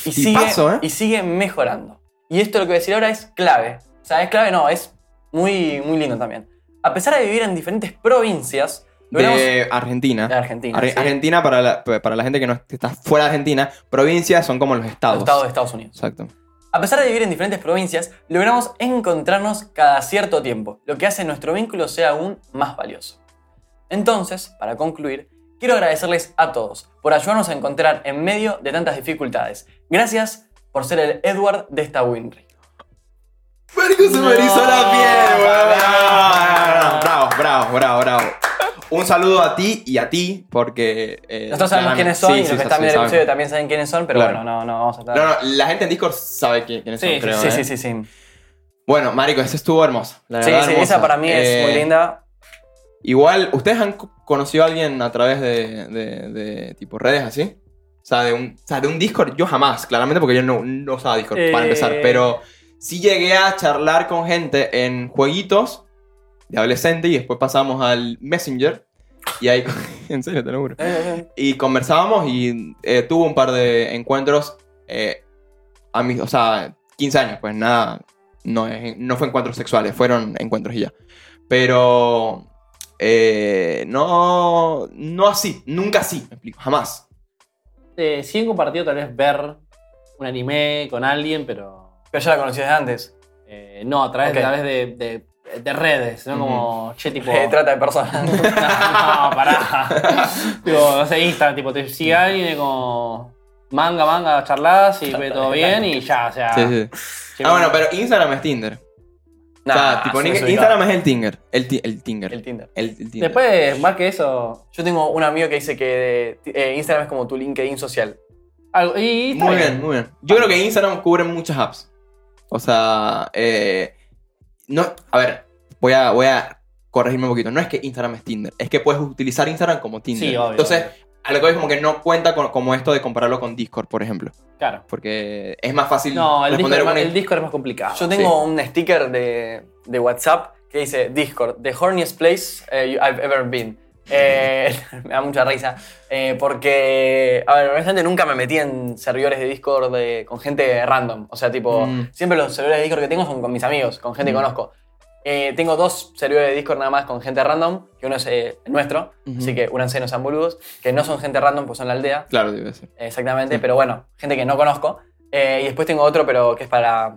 Speaker 2: y, sigue,
Speaker 1: tipazo, ¿eh?
Speaker 2: y sigue mejorando. Y esto lo que voy a decir ahora es clave. O sea, es clave, no, es muy, muy lindo también. A pesar de vivir en diferentes provincias, logramos
Speaker 1: De Argentina.
Speaker 2: de Argentina.
Speaker 1: Ar-
Speaker 2: ¿sí?
Speaker 1: Argentina, para la, para la gente que no que está fuera de Argentina, provincias son como los estados.
Speaker 2: Los estados de Estados Unidos.
Speaker 1: Exacto.
Speaker 2: A pesar de vivir en diferentes provincias, logramos encontrarnos cada cierto tiempo, lo que hace nuestro vínculo sea aún más valioso. Entonces, para concluir, quiero agradecerles a todos por ayudarnos a encontrar en medio de tantas dificultades. Gracias por ser el Edward de esta Winry.
Speaker 1: se me erizó la piel, weón. Bravo, bravo, bravo, bravo. Un saludo a ti y a ti, porque. eh,
Speaker 2: Nosotros sabemos
Speaker 1: claramente-
Speaker 2: quiénes son
Speaker 1: Sí,
Speaker 2: y los
Speaker 1: sí,
Speaker 2: que
Speaker 1: sí,
Speaker 2: están viendo el
Speaker 1: saben.
Speaker 2: episodio también saben quiénes son, pero
Speaker 1: Claro.
Speaker 2: bueno, no, no vamos a estar...
Speaker 1: No, no, la gente en Discord sabe quién- quiénes
Speaker 3: Sí,
Speaker 1: son,
Speaker 3: sí,
Speaker 1: creo.
Speaker 2: sí,
Speaker 1: ¿eh?
Speaker 2: sí, sí, sí.
Speaker 1: Bueno, Marico, esa estuvo hermosa. La
Speaker 2: Sí,
Speaker 1: verdad,
Speaker 2: sí,
Speaker 1: hermosa.
Speaker 2: esa para mí es muy
Speaker 1: Eh,
Speaker 2: linda.
Speaker 1: Igual, ¿ustedes han co- conocido a alguien a través de, de- de, tipo redes así? O sea, de un, o sea, de un Discord, yo jamás, claramente, porque yo no, no usaba Discord para
Speaker 3: Eh.
Speaker 1: empezar. Pero sí llegué a charlar con gente en jueguitos de adolescente y después pasamos al Messenger. Y ahí, en serio, te lo juro.
Speaker 2: Eh,
Speaker 1: Y conversábamos y eh, tuve un par de encuentros eh, a mis, o sea, 15 años, pues nada No, es- no fue encuentros sexuales, fueron encuentros y ya. Pero. eh, no. No así, nunca así, me explico, jamás.
Speaker 3: Eh, sí he compartido tal vez ver un anime con alguien, pero
Speaker 2: Pero ya la conocías de antes.
Speaker 3: eh, no, a través,
Speaker 2: Ok.
Speaker 3: tal vez de, de- de redes, ¿no?
Speaker 1: Ujú.
Speaker 3: Como, che, tipo...
Speaker 2: Eh, trata de personas.
Speaker 3: no, pará. tipo, no sé, Instagram, tipo, te sigue alguien y es como... Manga, manga, charlas y ve todo bien y ya, o sea...
Speaker 1: Sí, sí.
Speaker 3: che,
Speaker 1: Ah, bueno, pero Instagram es Tinder. o sea,
Speaker 2: Nah,
Speaker 1: tipo,
Speaker 2: sí,
Speaker 1: ni-
Speaker 2: soy
Speaker 1: Instagram es el Tinder. El, ti- el Tinder.
Speaker 2: El
Speaker 1: El,
Speaker 2: Tinder.
Speaker 1: el Tinder.
Speaker 3: Después, más que eso...
Speaker 2: Yo tengo un amigo que dice que eh, Instagram es como tu LinkedIn social.
Speaker 3: algo- y, está
Speaker 1: Muy bien, muy bien. Yo creo que Instagram cubre muchas apps. O sea, eh, no, a ver, voy a, voy a corregirme un poquito. No es que Instagram es Tinder, es que puedes utilizar Instagram como Tinder.
Speaker 3: Sí, obvio.
Speaker 1: Entonces, a lo que voy es como que no cuenta con, como esto de compararlo con Discord, por ejemplo.
Speaker 3: Claro.
Speaker 1: Porque es más fácil
Speaker 3: No, el Discord,
Speaker 1: responder
Speaker 3: es más-
Speaker 1: una-
Speaker 3: el Discord es más complicado.
Speaker 2: Yo tengo un sticker de, de WhatsApp que dice Discord, the horniest place eh, you- I've ever been. Eh, me da mucha risa. eh, porque, a ver, honestamente nunca me metí en servidores de Discord de- con gente random. O sea, tipo,
Speaker 1: Mm.
Speaker 2: siempre los servidores de Discord que tengo son con mis amigos, con gente
Speaker 1: Mm.
Speaker 2: que conozco. Eh, tengo dos servidores de Discord nada más con gente random, que uno es eh, nuestro,
Speaker 1: Ujú.
Speaker 2: así que únanse, no sean boludos, que no son gente random, pues son la aldea.
Speaker 1: Claro, debe ser.
Speaker 2: Exactamente,
Speaker 1: Sí.
Speaker 2: pero bueno, gente que no conozco. Eh, y después tengo otro, pero que es para,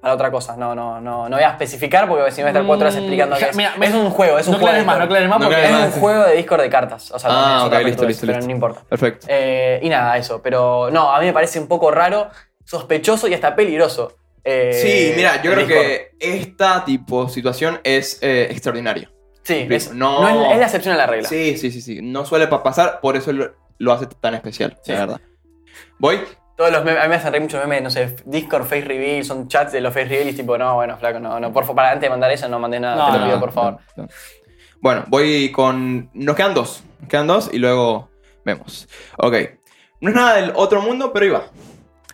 Speaker 2: para otra cosa. No, no, no, no voy a especificar porque si no voy a estar cuatro horas
Speaker 3: Mm,
Speaker 2: explicando.
Speaker 3: ya,
Speaker 2: qué es.
Speaker 3: mira,
Speaker 2: es un juego, es un
Speaker 3: no
Speaker 2: juego. de
Speaker 3: aclares más, no
Speaker 2: Discord.
Speaker 3: aclares más
Speaker 1: No
Speaker 3: porque...
Speaker 1: aclares más.
Speaker 2: es un juego de Discord de cartas. O sea,
Speaker 1: Ah,
Speaker 2: también es
Speaker 1: ok,
Speaker 2: otra
Speaker 1: listo,
Speaker 2: pelotudez,
Speaker 1: listo,
Speaker 2: pero
Speaker 1: listo.
Speaker 2: no importa.
Speaker 1: Perfecto.
Speaker 2: Eh, y nada, eso. Pero no, a mí me parece un poco raro, sospechoso y hasta peligroso. eh,
Speaker 1: sí, mira, yo
Speaker 2: el
Speaker 1: creo
Speaker 2: Discord.
Speaker 1: que esta tipo situación es eh, extraordinaria.
Speaker 2: Sí, es,
Speaker 1: no-
Speaker 2: no es, la- es la excepción a la regla.
Speaker 1: Sí, sí, sí, sí. No suele pa- pasar, por eso lo, lo hace tan especial,
Speaker 2: Sí.
Speaker 1: la verdad. Voy.
Speaker 2: Todos los memes, a mí me hacen reír muchos memes, no sé, Discord, Face Reveal, son chats de los Face Reveal y es tipo, no, bueno, flaco, no, no, por favor, para antes de mandar eso no mandes nada,
Speaker 3: No,
Speaker 2: te lo
Speaker 3: no,
Speaker 2: pido,
Speaker 3: no,
Speaker 2: por favor.
Speaker 1: no, no. Bueno, voy con. Nos quedan dos. Nos quedan dos y luego vemos. Ok. No es nada del otro mundo, pero ahí va.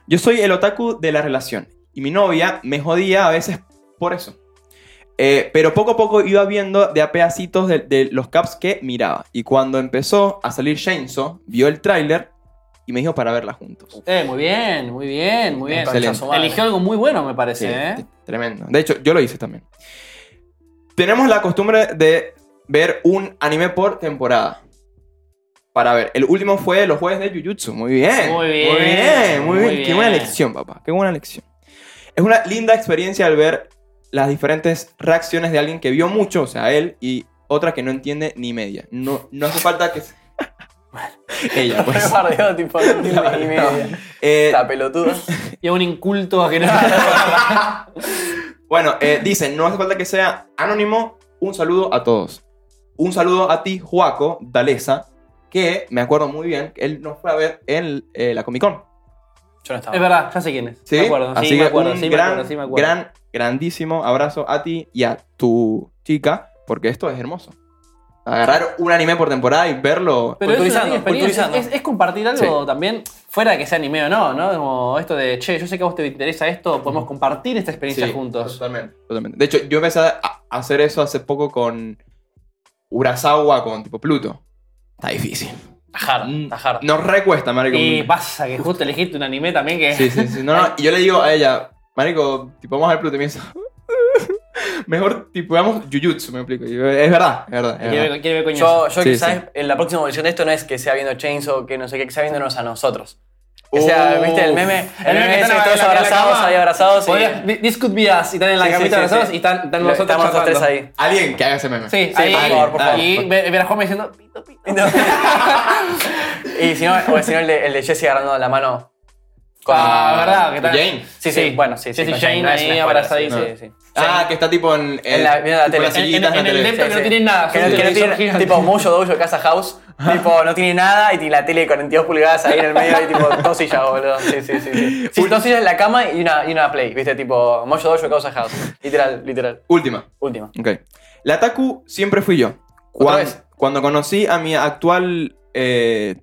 Speaker 1: Yo soy el otaku de la relación. Y mi novia me jodía a veces por eso. Eh, pero poco a poco iba viendo de a pedacitos de, de los caps que miraba. Y cuando empezó a salir Chainsaw, vio el tráiler y me dijo para verla juntos.
Speaker 3: Eh, muy bien, muy bien, muy bien.
Speaker 2: Concha
Speaker 1: Excelente.
Speaker 2: su madre.
Speaker 3: Eligió algo muy bueno, me parece,
Speaker 1: Sí,
Speaker 3: ¿eh?
Speaker 1: t- Tremendo. De hecho, yo lo hice también. Tenemos la costumbre de ver un anime por temporada. Para ver, el último fue los jueves de Jujutsu. Muy bien.
Speaker 3: Muy bien,
Speaker 1: Muy bien. muy
Speaker 3: muy
Speaker 1: bien. Qué buena
Speaker 3: bien.
Speaker 1: lección, papá. Qué buena lección. Es una linda experiencia al ver las diferentes reacciones de alguien que vio mucho, o sea, él, y otra que no entiende ni media. No, no hace falta que... se- Ella, pues.
Speaker 2: Bardeo, tipo, no entiendo ni media.
Speaker 1: Eh,
Speaker 2: La pelotuda.
Speaker 3: Y a un inculto que no.
Speaker 1: Bueno, eh, dicen, no hace falta que sea anónimo. Un saludo a todos. Un saludo a ti, Juaco Dalesa, que me acuerdo muy bien, que él nos fue a ver en eh, la Comic Con.
Speaker 2: Yo
Speaker 3: es
Speaker 2: no estaba.
Speaker 3: verdad, ya sé quién es.
Speaker 1: ¿sí?
Speaker 3: me acuerdo,
Speaker 1: Así
Speaker 3: sí,
Speaker 1: que
Speaker 3: me acuerdo,
Speaker 1: un
Speaker 3: sí,
Speaker 1: gran,
Speaker 3: me acuerdo, sí, me acuerdo.
Speaker 1: gran, grandísimo abrazo a ti y a tu chica, porque esto es hermoso. Agarrar un anime por temporada y verlo.
Speaker 3: Pero es, una
Speaker 2: Culturizando,
Speaker 3: linda experiencia,
Speaker 2: culturizando.
Speaker 3: es, es compartir algo también fuera de que sea anime o no, ¿no? Como esto de, che, yo sé que a vos te interesa esto, podemos compartir esta experiencia
Speaker 1: Sí,
Speaker 3: juntos.
Speaker 1: Totalmente. totalmente. De hecho, yo empecé a a hacer eso hace poco con Urasawa, con tipo Pluto. Está difícil.
Speaker 2: Tajar,
Speaker 3: Mm,
Speaker 2: tajar.
Speaker 1: Nos recuesta, marico.
Speaker 3: Y pasa que justo elegiste un anime también que...
Speaker 1: Sí, sí, sí. No, no. Y yo le digo a ella, Marico, tipo, vamos a ver Pluto. Y me dice, mejor, tipo, veamos Jujutsu, me explico. Y yo, es verdad, es verdad. es
Speaker 3: Quiere
Speaker 1: verdad.
Speaker 3: ver, quiere ver coñazo.
Speaker 2: Yo, yo
Speaker 1: Sí,
Speaker 2: quizás
Speaker 1: sí.
Speaker 2: en la próxima evolución de esto no es que sea viendo Chainsaw, que no sé qué, que sea viéndonos a nosotros. O sea,
Speaker 1: Uf.
Speaker 2: viste el meme, el
Speaker 3: Uh. El meme
Speaker 2: meme
Speaker 3: que
Speaker 2: ese,
Speaker 3: están en
Speaker 2: eh, todos
Speaker 3: la- en la
Speaker 2: abrazados,
Speaker 3: cama.
Speaker 2: ahí abrazados. y-
Speaker 3: Podría- thi- This could be us. Y están en la
Speaker 2: Sí, sí,
Speaker 3: camita
Speaker 2: sí,
Speaker 3: abrazados
Speaker 2: sí.
Speaker 3: y están, están
Speaker 2: Lo-
Speaker 3: nosotros
Speaker 2: Estamos los tres
Speaker 3: charlando.
Speaker 2: ahí.
Speaker 1: Alguien que haga ese meme.
Speaker 3: Sí,
Speaker 2: Sí,
Speaker 3: ahí,
Speaker 2: por favor, por favor.
Speaker 3: Y ver, ver a Juanma diciendo, pito, pito.
Speaker 2: Y no- y si no, o si no el de, el de Jesse agarrando la mano. con-
Speaker 3: Ah, verdad, que tal.
Speaker 1: Jane.
Speaker 2: Sí, sí, bueno, sí, sí.
Speaker 3: Jesse
Speaker 2: con
Speaker 3: Jane
Speaker 2: no es
Speaker 3: ahí
Speaker 2: una escuela,
Speaker 3: abrazadísima.
Speaker 2: sí, sí, sí.
Speaker 1: Ah, que está tipo en,
Speaker 2: En la- viendo la
Speaker 1: tipo
Speaker 2: tele.
Speaker 1: las
Speaker 2: En-
Speaker 3: en-
Speaker 1: sillitas
Speaker 3: en
Speaker 1: la
Speaker 3: el
Speaker 1: tele.
Speaker 3: dentro que no tienen nada,
Speaker 2: Que
Speaker 3: son
Speaker 2: no, que no
Speaker 3: televisor
Speaker 2: tienen-
Speaker 3: gigante.
Speaker 2: tipo Moyo Dojo Casa House, tipo no tiene nada y tiene la tele de 42 pulgadas ahí en el medio y tipo dos sillas, boludo. Sí, sí, sí. sí. Sí, dos sillas en la cama y una, y una play, viste, tipo Moyo Dojo Casa House. Literal, literal.
Speaker 1: Última.
Speaker 2: Última.
Speaker 1: Ok. La Taku siempre fui yo.
Speaker 2: ¿Otra
Speaker 1: Cuan-
Speaker 2: vez?
Speaker 1: Cuando conocí a mi actual eh,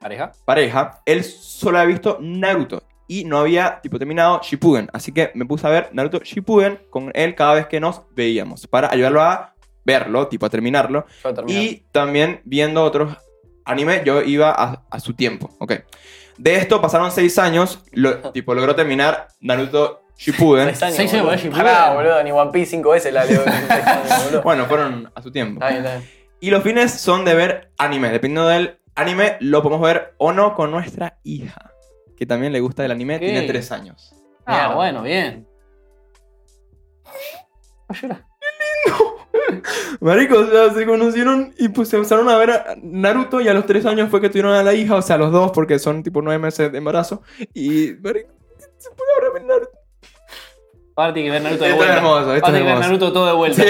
Speaker 3: ¿Pareja?
Speaker 1: pareja, él solo había visto Naruto y no había tipo terminado Shippuden, así que me puse a ver Naruto Shippuden con él cada vez que nos veíamos para ayudarlo a verlo, tipo a terminarlo
Speaker 2: Yo termino.
Speaker 1: y también viendo otros animes yo iba a, a su tiempo, ok. De esto pasaron seis años, lo- tipo logró terminar Naruto Shippuden.
Speaker 2: Seis años.
Speaker 3: Seis años,
Speaker 2: boludo.
Speaker 3: boludo,
Speaker 2: Pará,
Speaker 3: Shippuden.
Speaker 2: boludo, ni One Piece cinco veces la leo. boludo.
Speaker 1: Bueno, fueron a su tiempo.
Speaker 2: Está bien, está bien.
Speaker 1: Y los fines son de ver anime. Dependiendo del anime, lo podemos ver o no con nuestra hija. Que también le gusta el anime,
Speaker 3: Ok.
Speaker 1: tiene tres años.
Speaker 3: Ah,
Speaker 2: Mierda.
Speaker 3: bueno, bien.
Speaker 1: Marico, o sea, se conocieron y pues se empezaron a ver a Naruto y a los tres años fue que tuvieron a la hija, o sea, los dos, porque son tipo nueve meses de embarazo. Y, marico, se puede ahora ver Naruto.
Speaker 3: Ahora tiene que ver Naruto de
Speaker 1: Esto es
Speaker 3: vuelta.
Speaker 1: hermoso, esto
Speaker 3: Ahora
Speaker 1: es
Speaker 3: tiene que ver
Speaker 1: hermoso.
Speaker 3: Naruto todo de vuelta.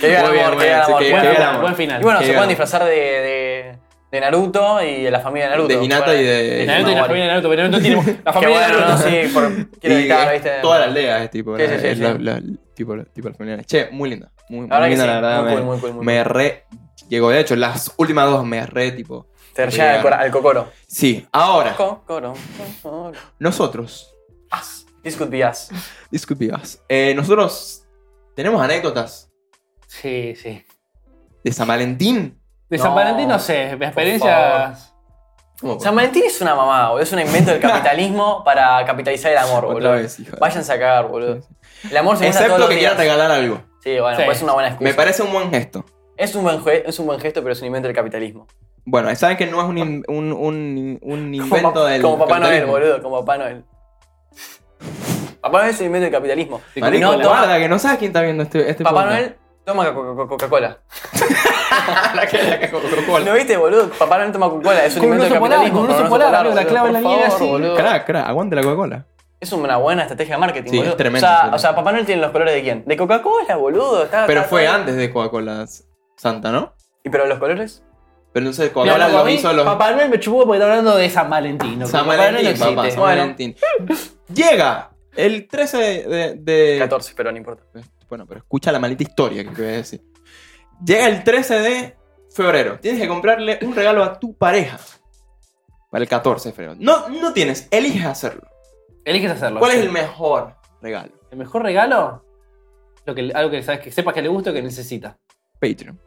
Speaker 2: Qué gran
Speaker 1: Muy
Speaker 2: amor,
Speaker 1: bien, muy
Speaker 2: qué
Speaker 1: bien, sí,
Speaker 2: gran amor.
Speaker 1: qué-
Speaker 3: Buen,
Speaker 2: Bueno,
Speaker 1: qué gran
Speaker 3: final,
Speaker 1: amor.
Speaker 3: buen final.
Speaker 2: Y bueno,
Speaker 1: Qué
Speaker 2: se
Speaker 1: gran-
Speaker 2: pueden disfrazar de, de, de Naruto y de la familia de Naruto.
Speaker 1: De Hinata
Speaker 2: Bueno,
Speaker 1: y de-
Speaker 3: De Naruto y la
Speaker 2: Mawari.
Speaker 3: familia de Naruto, pero Naruto tiene la
Speaker 2: Que
Speaker 3: familia de
Speaker 2: bueno,
Speaker 3: Naruto.
Speaker 2: no, sí, por, quiero
Speaker 1: Y
Speaker 2: evitar,
Speaker 1: es
Speaker 2: ¿viste?
Speaker 1: Toda la aldea es tipo,
Speaker 2: Sí, sí,
Speaker 1: la-
Speaker 2: sí,
Speaker 1: es
Speaker 2: sí.
Speaker 1: la- la- tipo, la- tipo las familiares. Che, muy linda. Muy,
Speaker 2: La verdad
Speaker 1: muy
Speaker 2: que
Speaker 1: linda,
Speaker 2: sí.
Speaker 1: la verdad.
Speaker 2: Muy
Speaker 1: me,
Speaker 2: cool, muy cool, muy
Speaker 1: me re llegó. De hecho, las últimas dos me re tipo.
Speaker 2: Te llega al, cora- al cocoro.
Speaker 1: Sí, ahora,
Speaker 2: Cocoro, cocoro.
Speaker 1: nosotros,
Speaker 2: As. This could be us.
Speaker 1: this could be us. Eh, nosotros tenemos anécdotas
Speaker 3: Sí, sí.
Speaker 1: de San Valentín.
Speaker 3: De
Speaker 2: No,
Speaker 3: San Valentín, no sé, de experiencias.
Speaker 1: ¿Cómo?
Speaker 2: San Valentín es una mamada, boludo. Es un invento del capitalismo para capitalizar el amor,
Speaker 1: Otra
Speaker 2: boludo.
Speaker 1: vez, hija.
Speaker 2: Váyanse a cagar, boludo. El amor se muestra
Speaker 1: Excepto
Speaker 2: todos los
Speaker 1: que
Speaker 2: días.
Speaker 1: quieran regalar algo.
Speaker 2: Sí, bueno,
Speaker 3: Sí.
Speaker 2: pues es una buena excusa.
Speaker 1: Me parece un buen gesto.
Speaker 2: Es un, buen ge- es un buen gesto, pero es un invento del capitalismo.
Speaker 1: Bueno, saben que no es un, in- un, un- un invento
Speaker 2: como, pa-
Speaker 1: del.
Speaker 2: como Papá Noel,
Speaker 1: capitalismo.
Speaker 2: boludo, como Papá Noel. Papá Noel es un invento del capitalismo.
Speaker 3: Sí,
Speaker 1: Marico,
Speaker 2: No,
Speaker 1: la
Speaker 2: toma-
Speaker 1: guarda, que no sabes quién está viendo este, este
Speaker 2: Papá
Speaker 1: podcast.
Speaker 2: Noel toma co- co- Coca-Cola.
Speaker 1: La que- la que- Coca-Cola.
Speaker 2: ¿No viste, boludo? Papá Noel toma Coca-Cola, es un
Speaker 3: Con un
Speaker 2: invento del
Speaker 3: oso polar, con
Speaker 2: capitalismo.
Speaker 3: un
Speaker 2: pero
Speaker 3: oso
Speaker 2: no es
Speaker 3: polar, boludo, la
Speaker 2: boludo,
Speaker 3: clava en la
Speaker 2: por
Speaker 3: nieve
Speaker 2: favor,
Speaker 3: así.
Speaker 2: boludo.
Speaker 1: Crack, crack, aguante la Coca-Cola.
Speaker 2: Es una buena estrategia de marketing,
Speaker 1: Sí,
Speaker 2: boludo.
Speaker 1: es tremendo,
Speaker 2: O sea,
Speaker 1: tremendo.
Speaker 2: o sea, Papá Noel tiene los colores de quién? De Coca-Cola, boludo. Está-
Speaker 1: Pero
Speaker 2: está-
Speaker 1: fue
Speaker 2: está-
Speaker 1: antes de Coca-Cola Santa, ¿no?
Speaker 2: ¿Y pero los colores?
Speaker 1: Pero entonces
Speaker 3: Mira,
Speaker 1: Coca-Cola
Speaker 3: loco, a
Speaker 1: lo
Speaker 3: mí,
Speaker 1: hizo los.
Speaker 3: Papá Noel me chupó porque está hablando de San Valentín. ¿no?
Speaker 1: San
Speaker 3: Papá Noel
Speaker 1: Valentín,
Speaker 3: no
Speaker 1: papá,
Speaker 3: existe.
Speaker 1: San
Speaker 2: Bueno.
Speaker 1: Valentín. Llega el 13 de. de-
Speaker 2: 14, pero no importa.
Speaker 1: Bueno, pero escucha la maldita historia que te voy a decir. Llega el 13 de febrero. Tienes que comprarle un regalo a tu pareja. Para el 14 de febrero. No, no tienes, eliges hacerlo.
Speaker 3: Eliges hacerlo.
Speaker 1: ¿Cuál es el mejor regalo?
Speaker 3: ¿El mejor regalo? Lo que, algo que sabes que sepas que le gusta o que necesita.
Speaker 1: Patreon.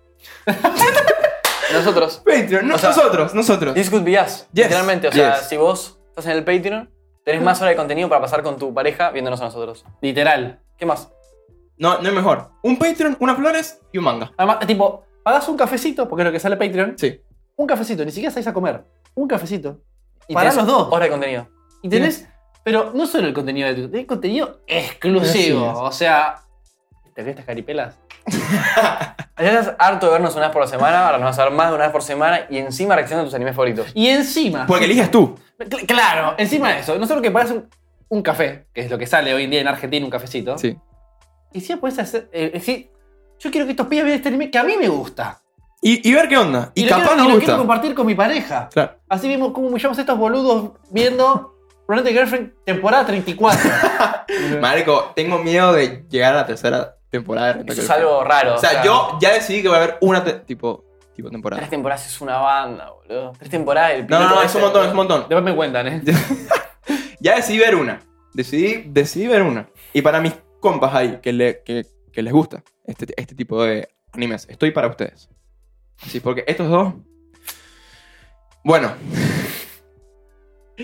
Speaker 2: Nosotros.
Speaker 1: Patreon, no-
Speaker 2: O sea,
Speaker 1: nosotros, nosotros.
Speaker 2: This could be us.
Speaker 1: Yes,
Speaker 2: Literalmente, o sea,
Speaker 1: yes. Mm.
Speaker 2: si vos estás en el Patreon, tenés más hora de contenido para pasar con tu pareja viéndonos a nosotros.
Speaker 3: Literal.
Speaker 2: ¿Qué más?
Speaker 1: No, no es mejor. Un Patreon, unas flores y un manga.
Speaker 3: Además, tipo, pagás un cafecito, porque es lo que sale Patreon.
Speaker 1: Sí.
Speaker 3: Un cafecito, ni siquiera salís a comer. Un cafecito.
Speaker 2: Y
Speaker 3: Para
Speaker 2: tenés
Speaker 3: los dos.
Speaker 2: Hora de contenido.
Speaker 3: Y tenés, pero no solo el contenido de tu- tenés contenido exclusivo.
Speaker 1: Así es.
Speaker 3: O sea, ¿te ves estas caripelas?
Speaker 2: Ya estás harto de vernos una vez por la semana, ahora nos vas a ver más de una vez por semana y encima reaccionando a tus animes favoritos.
Speaker 3: Y encima,
Speaker 1: Porque eliges tú.
Speaker 3: cl- claro, encima de eso, no solo que pagás un, un café, que es lo que sale hoy en día en Argentina, un cafecito.
Speaker 1: Sí.
Speaker 3: Y si puedes hacer, eh, eh, sí, yo quiero que estos pibes vean este anime que a mí me gusta.
Speaker 1: Y, y ver qué onda. Y,
Speaker 3: lo
Speaker 1: capaz
Speaker 3: quiero, y
Speaker 1: nos
Speaker 3: lo quiero
Speaker 1: gusta.
Speaker 3: compartir con mi pareja.
Speaker 1: Claro.
Speaker 3: Así vimos cómo humillamos a estos boludos viendo Running Girlfriend temporada 34.
Speaker 1: Marico, tengo miedo de llegar a la tercera temporada. de
Speaker 2: Eso es algo raro.
Speaker 1: O sea, yo ya decidí que va a haber una te- tipo, tipo
Speaker 2: Tres
Speaker 1: temporada.
Speaker 2: temporadas es una banda, boludo. Tres temporadas el
Speaker 1: No, no,
Speaker 2: piloto
Speaker 1: no, es
Speaker 2: ese,
Speaker 1: un montón, es un
Speaker 2: boludo.
Speaker 1: montón.
Speaker 3: Después me cuentan, ¿eh?
Speaker 1: Ya decidí ver una. Decidí, decidí ver una. Y para mis compas ahí, que, le, que, que les gusta este, este tipo de animes, estoy para ustedes. Así, porque estos dos... Bueno.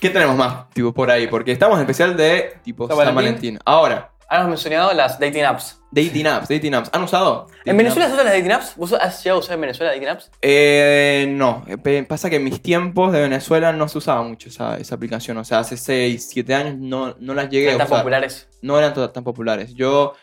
Speaker 1: ¿Qué tenemos más, tipo, por ahí? Porque estamos en especial de, tipo,
Speaker 3: San
Speaker 1: San,
Speaker 3: Valentín.
Speaker 1: Valentín. Ahora,
Speaker 2: Ahora hemos mencionado las dating apps.
Speaker 1: dating apps, dating apps. ¿Han usado?
Speaker 2: ¿En
Speaker 1: dating
Speaker 2: Venezuela
Speaker 1: apps?
Speaker 2: se usan las dating apps? ¿Vos has llegado a usar en Venezuela dating apps?
Speaker 1: Eh, no, Eh, pe- pasa que en mis tiempos de Venezuela no se usaba mucho esa, esa aplicación. O sea, hace 6, 7 años no, no las llegué
Speaker 2: Eran
Speaker 1: a
Speaker 2: tan
Speaker 1: usar.
Speaker 2: populares.
Speaker 1: No eran to- tan populares. Yo,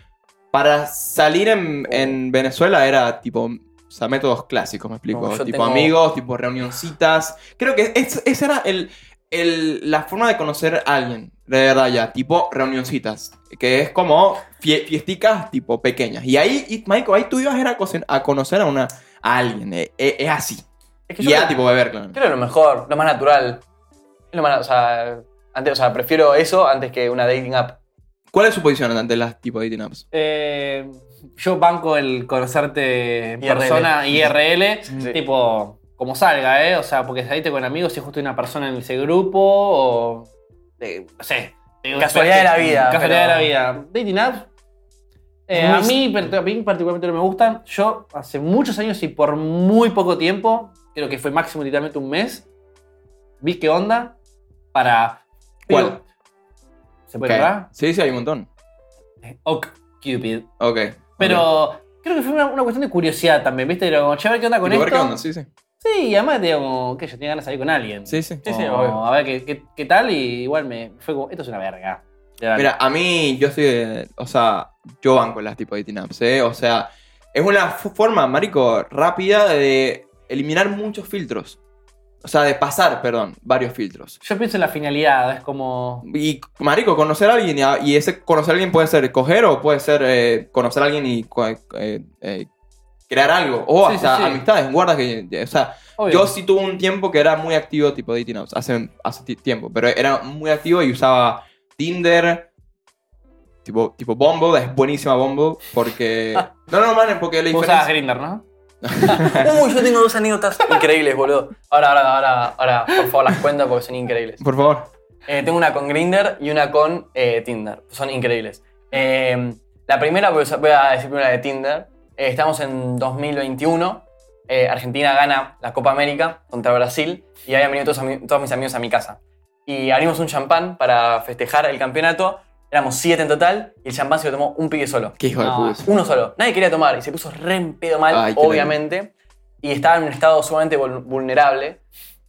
Speaker 1: para salir
Speaker 2: Oh.
Speaker 1: en, en Venezuela era tipo, o sea, métodos clásicos, me explico.
Speaker 2: No, yo
Speaker 1: tipo
Speaker 2: tengo-
Speaker 1: amigos, tipo reunioncitas. Creo que es- esa era el, el- la forma de conocer a alguien, de verdad ya, tipo reunioncitas. Que es como fie- fiesticas tipo pequeñas. Y ahí, y, Michael, ahí tú ibas era a conocer- a conocer a, una, a alguien. Eh, eh, es así.
Speaker 2: Es que
Speaker 1: Y
Speaker 2: yo
Speaker 1: ya,
Speaker 2: creo-
Speaker 1: tipo beber, claro.
Speaker 2: Creo lo mejor, lo más natural. Es lo más, o sea, antes, o sea, prefiero eso antes que una dating app.
Speaker 1: ¿Cuál es su posición ante las tipo dating apps?
Speaker 3: Eh, yo banco el conocerte en
Speaker 2: IRL.
Speaker 3: persona IRL,
Speaker 2: Sí.
Speaker 3: tipo, como salga, ¿eh? O sea, porque saliste con amigos, si justo hay una persona en ese grupo o. eh, no sé. digo,
Speaker 2: Casualidad de la vida,
Speaker 3: Casualidad de
Speaker 2: pero-
Speaker 3: la vida. Dating apps. eh,
Speaker 2: Muy
Speaker 3: a, mí, per- a mí particularmente no me gustan. Yo hace muchos años y por muy poco tiempo, creo que fue máximo literalmente un mes, vi qué onda para...
Speaker 1: ¿Cuál?
Speaker 3: ¿Se puede
Speaker 1: Ok.
Speaker 3: nombrar?
Speaker 1: Sí, sí, hay un montón.
Speaker 3: Ok, Cupid.
Speaker 1: Ok.
Speaker 3: Pero creo que fue una, una cuestión de curiosidad también, ¿viste? Era como, che, a ver qué onda
Speaker 1: ok.
Speaker 3: con
Speaker 1: Tipo, a ver
Speaker 3: esto.
Speaker 1: qué onda, Sí, sí.
Speaker 3: Sí, y además, digamos, que yo tenía ganas de salir con alguien.
Speaker 1: Sí, sí.
Speaker 2: Sí, sí,
Speaker 3: Como,
Speaker 2: obvio.
Speaker 3: A ver qué, qué, qué tal, y igual me fue como, esto es una verga. De verdad.
Speaker 1: Mira, a mí yo soy de- O sea, yo banco las tipo dating apps, ¿eh? O sea, es una f- forma, marico, rápida de eliminar muchos filtros. O sea, de pasar, perdón, varios filtros.
Speaker 3: Yo pienso en la finalidad, es como.
Speaker 1: Y, marico, conocer a alguien y, a- y ese conocer a alguien puede ser coger o puede ser eh, conocer a alguien y co- eh, eh, crear algo. O
Speaker 3: Sí, sí,
Speaker 1: hasta
Speaker 3: sí.
Speaker 1: amistades, guardas que... O sea,
Speaker 3: Obvio.
Speaker 1: yo sí tuve un tiempo que era muy activo tipo dating apps, hace, hace ti- tiempo, pero era muy activo y usaba Tinder, tipo, tipo Bumble, es buenísima Bumble, porque... no, no, man, porque la
Speaker 3: Vos usabas
Speaker 1: diferencia...
Speaker 3: Grindr, ¿no?
Speaker 2: Uy, yo tengo dos anécdotas increíbles, boludo. Ahora, ahora, ahora, ahora, por favor, las cuento porque son increíbles.
Speaker 1: Por favor.
Speaker 2: Eh, tengo una con Grinder y una con eh, Tinder. Son increíbles. Eh, la primera, voy a, usar- voy a decir primero la de Tinder. Eh, estamos en 2021. Eh, Argentina gana la Copa América contra Brasil y habían venido todos, ami- todos mis amigos a mi casa. Y abrimos un champán para festejar el campeonato. Éramos siete en total y el champán se lo tomó un pibe solo.
Speaker 1: Qué hijo
Speaker 3: No,
Speaker 1: de puta.
Speaker 2: Uno solo. Nadie quería tomar y se puso re en pedo mal,
Speaker 1: Ay, qué
Speaker 2: obviamente. Y estaba en un estado sumamente vul- vulnerable.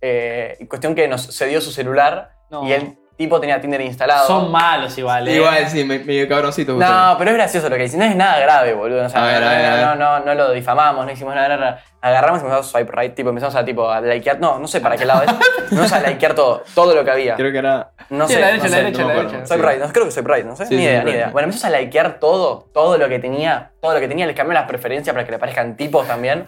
Speaker 2: Eh, y cuestión que nos cedió su celular
Speaker 3: No.
Speaker 2: y el tipo tenía Tinder instalado.
Speaker 3: Son malos igual, eh.
Speaker 1: Igual, sí, me- medio cabroncito.
Speaker 2: No, pero es gracioso lo que dice. No es nada grave, boludo. O sea,
Speaker 1: A ver,
Speaker 2: no,
Speaker 1: a ver, a ver.
Speaker 2: no, no, no, no lo difamamos, no hicimos nada. nada, nada. Agarramos y empezamos a swipe right, tipo, empezamos a tipo a likear. No, no sé para qué lado es. Empezamos a likear todo, todo lo que había.
Speaker 1: Creo que era...
Speaker 2: No
Speaker 3: Sí,
Speaker 2: sé.
Speaker 3: la
Speaker 2: no
Speaker 3: derecha,
Speaker 2: sé.
Speaker 3: la derecha,
Speaker 1: no me
Speaker 3: la
Speaker 1: acuerdo.
Speaker 3: derecha.
Speaker 2: Soy
Speaker 1: Sí.
Speaker 2: right, no, creo que soy right, no sé,
Speaker 1: Sí,
Speaker 2: ni
Speaker 1: sí,
Speaker 2: idea,
Speaker 1: soy
Speaker 2: ni
Speaker 1: right.
Speaker 2: idea. Bueno, empezó a likear todo, todo lo que tenía, todo lo que tenía, les cambié las preferencias para que le parezcan tipos también.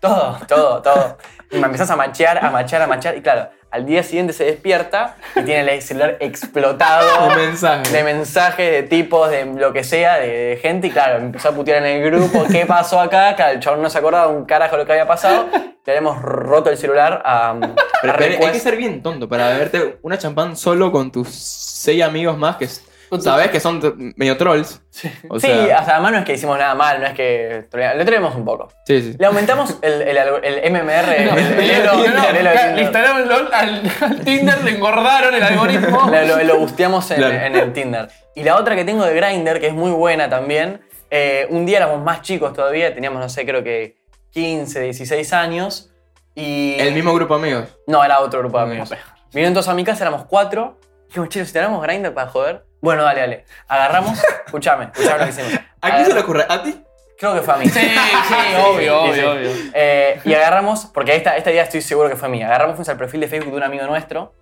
Speaker 2: todo, todo, todo. Y me empezás a machear, a machear, a machear, y claro, al día siguiente se despierta y tiene el celular explotado
Speaker 1: Un mensaje.
Speaker 2: de mensajes, de tipos, de lo que sea, de, de gente, y claro, me empezó a putear en el grupo, ¿qué pasó acá? Claro, el chabón no se acordaba un carajo lo que había pasado, le habíamos roto el celular a, a
Speaker 1: Pero, pero hay
Speaker 2: request.
Speaker 1: que ser bien tonto para beberte una champán solo con tus seis amigos más que s-
Speaker 3: Con tu-
Speaker 1: sabes que son t- medio trolls. Sí, o
Speaker 2: sí,
Speaker 1: sea,
Speaker 2: hasta además no es que hicimos nada mal, no es que. Le tenemos un poco.
Speaker 1: sí, sí.
Speaker 2: Le aumentamos el, el, algo- el MMR, el,
Speaker 3: No, no,
Speaker 2: el elo-
Speaker 3: no,
Speaker 2: el elo de
Speaker 3: Le
Speaker 2: Tinder.
Speaker 3: instalaron LOL al, al Tinder, le engordaron el algoritmo.
Speaker 2: Le- Lo, lo busteamos en,
Speaker 1: Claro.
Speaker 2: en el Tinder. Y la otra que tengo de Grindr, que es muy buena también, eh, un día éramos más chicos todavía, teníamos, no sé, creo que 15, 16 años. Y.
Speaker 1: El mismo grupo de amigos.
Speaker 2: No, era otro grupo de
Speaker 1: Mismo.
Speaker 2: amigos. Vinieron todos a mi casa, éramos cuatro. Dijimos, chicos, si tenemos Grindr para joder. Bueno, dale, dale. Agarramos, escuchame, escuchame lo que hicimos.
Speaker 1: ¿A quién se le
Speaker 2: Agarra-
Speaker 1: ocurre? ¿A ti?
Speaker 2: Creo que fue a mí.
Speaker 3: Sí, sí, obvio, obvio, obvio.
Speaker 2: Eh, y agarramos, porque esta, esta idea estoy seguro que fue mía, agarramos fuimos al perfil de Facebook de un amigo nuestro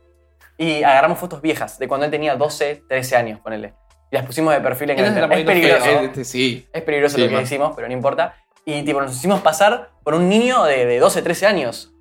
Speaker 2: y agarramos fotos viejas de cuando él tenía 12, 13 años, ponele. Y las pusimos de perfil en
Speaker 3: Eso
Speaker 2: Grindr.
Speaker 3: está
Speaker 2: Es
Speaker 3: poniendo
Speaker 2: peligroso,
Speaker 3: feo,
Speaker 1: Eh, este, sí.
Speaker 2: es peligroso
Speaker 1: Sí,
Speaker 2: lo que
Speaker 1: man.
Speaker 2: hicimos, pero no importa. Y tipo, nos hicimos pasar por un niño de, de 12, 13 años,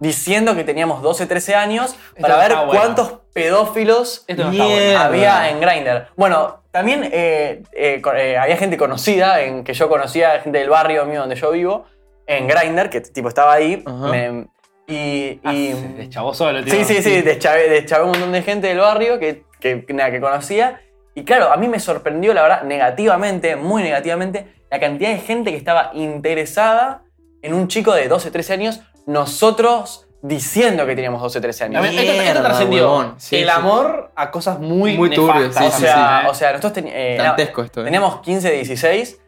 Speaker 2: diciendo que teníamos 12, 13 años para
Speaker 3: no
Speaker 2: ver
Speaker 3: está bueno.
Speaker 2: cuántos pedófilos
Speaker 3: Esto no
Speaker 1: Mierda.
Speaker 3: está bueno.
Speaker 2: había en Grindr. Bueno, también eh, eh, co- eh, había gente conocida, en que yo conocía, gente del barrio mío donde yo vivo, en Grindr, que tipo estaba ahí.
Speaker 1: Ajá.
Speaker 2: me- y.
Speaker 3: Ah,
Speaker 2: y-
Speaker 3: se deschavó solo, tío.
Speaker 2: sí, sí, sí, deschavé, deschavé un montón de gente del barrio que, que, que nada, que conocía. Y claro, a mí me sorprendió, la verdad, negativamente, muy negativamente, la cantidad de gente que estaba interesada en un chico de 12, 13 años, nosotros diciendo que teníamos 12, 13
Speaker 3: A
Speaker 2: años.
Speaker 3: ver, esto, esto
Speaker 1: Mierda,
Speaker 3: trascendió
Speaker 1: huevón. Sí,
Speaker 3: el
Speaker 1: sí.
Speaker 3: amor a cosas muy,
Speaker 1: Muy turbio,
Speaker 3: nefastas.
Speaker 1: sí,
Speaker 2: o,
Speaker 1: sí,
Speaker 2: sea,
Speaker 3: sí.
Speaker 2: o sea, nosotros teni- eh, nada,
Speaker 1: Dantesco esto. eh.
Speaker 2: teníamos 15, 16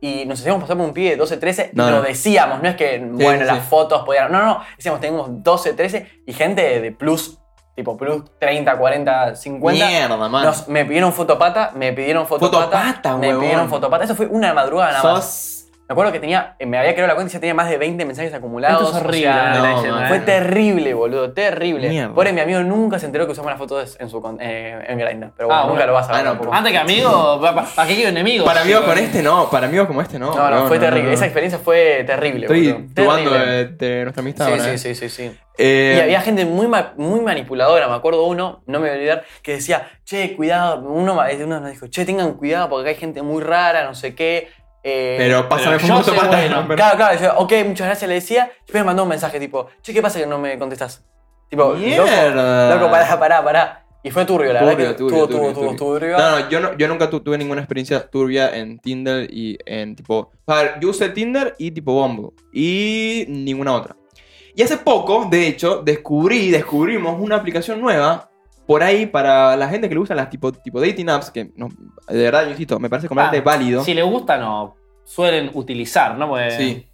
Speaker 2: y nos hacíamos pasar por un pibe de 12, 13
Speaker 1: No,
Speaker 2: y lo
Speaker 1: no.
Speaker 2: decíamos. No es que, bueno,
Speaker 1: sí,
Speaker 2: las
Speaker 1: sí.
Speaker 2: fotos podían. No, no, decíamos, tenemos 12, 13 y gente de, de plus, tipo plus 30, 40, 50.
Speaker 1: Mierda, man.
Speaker 2: Nos- me pidieron fotopata, me pidieron fotopata.
Speaker 1: Fotopata,
Speaker 2: me
Speaker 1: huevón.
Speaker 2: pidieron fotopata. Eso fue una madrugada nada más.
Speaker 1: Sos...
Speaker 2: Me acuerdo que tenía, me había creado la cuenta y ya tenía más de 20 mensajes acumulados.
Speaker 3: Esto es
Speaker 2: o
Speaker 3: horrible.
Speaker 2: sea,
Speaker 1: no,
Speaker 3: la- la-
Speaker 1: man.
Speaker 2: fue terrible, boludo, terrible.
Speaker 1: Mierda.
Speaker 2: Pobre, mi amigo nunca se enteró que usamos las fotos en su con- eh, en Grindr. Pero bueno,
Speaker 3: Ah,
Speaker 2: nunca
Speaker 3: bueno.
Speaker 2: lo vas a ver
Speaker 1: Ah, no,
Speaker 2: tampoco.
Speaker 3: Antes que amigo, pa- pa- ¿para qué quiero enemigos?
Speaker 1: Para amigos
Speaker 3: chicos?
Speaker 1: con este no, para amigos como este no.
Speaker 2: No, no,
Speaker 1: No,
Speaker 2: fue
Speaker 1: no,
Speaker 2: terrible.
Speaker 1: no, no.
Speaker 2: Esa experiencia fue terrible,
Speaker 1: Estoy
Speaker 2: boludo.
Speaker 1: dudando
Speaker 2: Terrible.
Speaker 1: de, de nuestra amistad.
Speaker 2: Sí,
Speaker 1: ahora,
Speaker 2: sí,
Speaker 1: eh.
Speaker 2: sí, sí, sí.
Speaker 1: Eh,
Speaker 2: Y había gente muy, ma- muy manipuladora, me acuerdo uno, no me voy a olvidar, que decía, che, cuidado, uno, ma- eh, uno nos dijo, che, tengan cuidado porque acá hay gente muy rara, no sé qué. eh,
Speaker 1: Pero pásame
Speaker 3: Pero
Speaker 1: un
Speaker 3: yo soy
Speaker 1: fotopata.
Speaker 3: bueno.
Speaker 1: no, pero-
Speaker 2: Claro, claro, yo, ok, muchas gracias, le decía, y después me mandó un mensaje tipo, che, ¿qué pasa que no me contestas? Tipo,
Speaker 1: Mierda.
Speaker 2: loco, loco, pará, pará, pará. Y fue turbio, la verdad que
Speaker 1: Turbio, turbio,
Speaker 2: tuvo,
Speaker 1: turbio,
Speaker 2: tuvo, tuvo,
Speaker 1: turbio.
Speaker 2: turbio.
Speaker 1: No, no, yo, no- yo nunca tu- tuve ninguna experiencia turbia en Tinder y en tipo. A ver, yo usé Tinder y tipo Bombo. Y ninguna otra. Y hace poco, de hecho, descubrí, descubrimos una aplicación nueva por ahí, para la gente que le gustan las tipo, tipo dating apps, que no, de verdad, yo insisto, me parece completamente
Speaker 3: Ah,
Speaker 1: válido.
Speaker 3: Si le gustan o suelen utilizar, ¿no? Porque-
Speaker 1: Sí.